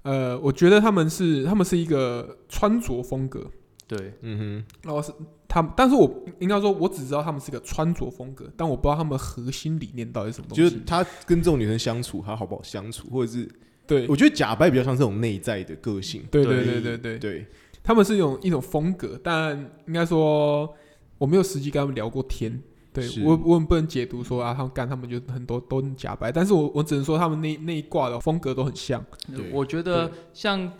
[SPEAKER 1] 呃，我觉得他们是他们是一个穿着风格，
[SPEAKER 3] 对，
[SPEAKER 2] 嗯
[SPEAKER 1] 然后是他们，但是我应该说，我只知道他们是一个穿着风格，但我不知道他们核心理念到底是什么
[SPEAKER 2] 哼，
[SPEAKER 1] 东
[SPEAKER 2] 就
[SPEAKER 1] 西。
[SPEAKER 2] 是他跟这种女生相处，他好不好相处，或者是
[SPEAKER 1] 对
[SPEAKER 2] 我觉得假掰比较像这种内在的个性。
[SPEAKER 1] 对
[SPEAKER 3] 对
[SPEAKER 1] 对对对对，
[SPEAKER 2] 对，
[SPEAKER 1] 他们是一种一种风格，但应该说我没有实际跟他们聊过天。对
[SPEAKER 2] 是
[SPEAKER 1] 我，我很不能解读说啊，他们干他们就很多都很假白，但是我我只能说他们那那一挂的风格都很像。
[SPEAKER 2] 对
[SPEAKER 3] 我觉得像，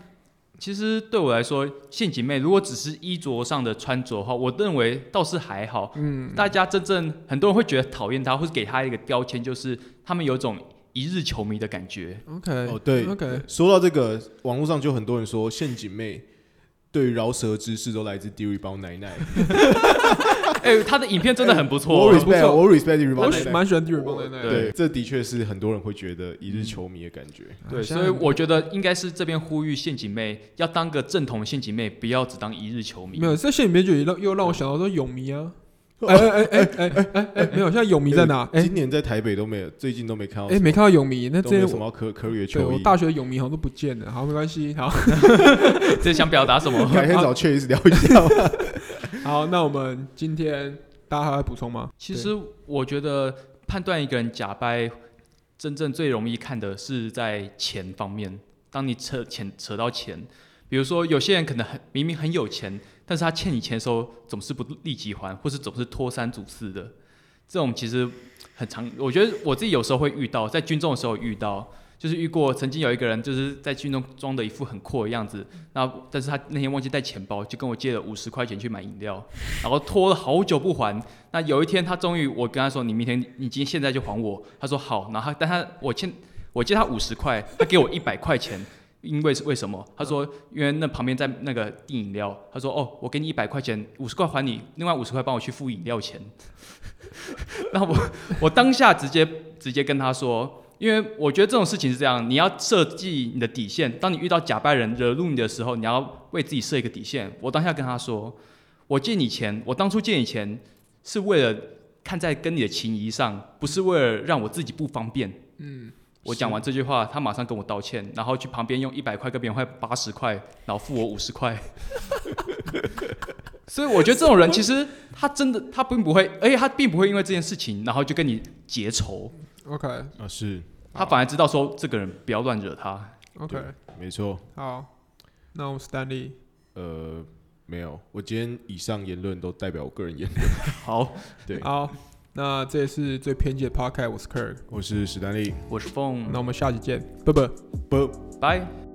[SPEAKER 3] 其实对我来说，陷阱妹如果只是衣着上的穿着的话，我认为倒是还好。
[SPEAKER 1] 嗯，
[SPEAKER 3] 大家真正很多人会觉得讨厌她，或是给她一个标签，就是他们有种一日球迷的感觉。
[SPEAKER 1] OK，
[SPEAKER 2] 哦对
[SPEAKER 1] OK，
[SPEAKER 2] 说到这个，网络上就很多人说陷阱妹对于饶舌知识都来自 Diri 包奶 奶，
[SPEAKER 3] 哎、她的影片真的很不错
[SPEAKER 2] 哎我
[SPEAKER 3] 哦、
[SPEAKER 1] 不
[SPEAKER 2] respect，
[SPEAKER 1] 错
[SPEAKER 2] 我 respect Diri 包
[SPEAKER 1] 我
[SPEAKER 2] 奶
[SPEAKER 1] 喜
[SPEAKER 2] 奶。
[SPEAKER 1] 蛮喜欢地狱蹦的那个。
[SPEAKER 2] 对，这的确是很多人会觉得一日球迷的感觉。
[SPEAKER 3] 对，
[SPEAKER 1] 啊
[SPEAKER 3] 所以我觉得应该是这边呼吁陷阱妹要当个正统的陷阱妹，不要只当一日球迷
[SPEAKER 1] 没。有在线里面就有让又让我想到说泳迷啊，
[SPEAKER 2] 哦
[SPEAKER 1] 哎哎哎哎哎哎哎，没有，现在泳迷在哪？哎
[SPEAKER 2] 今年在台北都没有，最近都没看到，
[SPEAKER 1] 哎，没看到泳迷，那
[SPEAKER 2] 都
[SPEAKER 1] 这些
[SPEAKER 2] 没有什
[SPEAKER 1] 我
[SPEAKER 2] 么要科科里的
[SPEAKER 1] 对
[SPEAKER 2] 球
[SPEAKER 1] 我
[SPEAKER 2] 衣。
[SPEAKER 1] 大学的泳迷好像都不见了，好没关系，好
[SPEAKER 3] 这想表达什么？
[SPEAKER 2] 改天找确实聊一下 吧。
[SPEAKER 1] 好，那我们今天大家还要补充吗？
[SPEAKER 3] 其实我觉得判断一个人假掰，真正最容易看的是在钱方面。当你扯钱扯到钱，比如说有些人可能很明明很有钱，但是他欠你钱的时候总是不立即还，或是总是拖三阻四的，这种其实很常。我觉得我自己有时候会遇到，在军中的时候遇到。就是遇过，曾经有一个人就是在军中装的一副很酷的样子，那但是他那天忘记带钱包，就跟我借了五十块钱去买饮料，然后拖了好久不还，那有一天，他终于，我跟他说：“你明天，你今天现在就还我。”他说：“好。”然后他，但他我欠我借他五十块，他给我一百块钱，因为是为什么？他说：“因为那旁边在那个订饮料。”他说：“哦，我给你一百块钱，五十块还你，另外五十块帮我去付饮料钱。”那我我当下直接直接跟他说。因为我觉得这种事情是这样，你要设计你的底线。当你遇到假拜人惹怒你的时候，你要为自己设一个底线。我当下跟他说：“我借你钱，我当初借你钱，是为了看在跟你的情谊上，不是为了让我自己不方便。
[SPEAKER 1] 嗯，
[SPEAKER 3] 我讲完这句话，他马上跟我道歉，然后去旁边用一百块跟别人换八十块，然后付我五十块。所以我觉得这种人其实他真的他并不会，而且他并不会因为这件事情然后就跟你结仇，
[SPEAKER 1] OK
[SPEAKER 2] 啊，是
[SPEAKER 3] 他反而知道说这个人不要乱惹他。
[SPEAKER 1] OK，
[SPEAKER 2] 没错。
[SPEAKER 1] 好，那我们 Stanley
[SPEAKER 2] 呃，没有，我今天以上言论都代表我个人言论。
[SPEAKER 3] 好，
[SPEAKER 2] 对，
[SPEAKER 1] 好，那这也是最偏激的 Podcast，我是 Kirk，
[SPEAKER 2] 我是史丹利，
[SPEAKER 3] 我是凤
[SPEAKER 1] 那，我们下期见，拜拜。
[SPEAKER 2] 不。
[SPEAKER 3] 拜。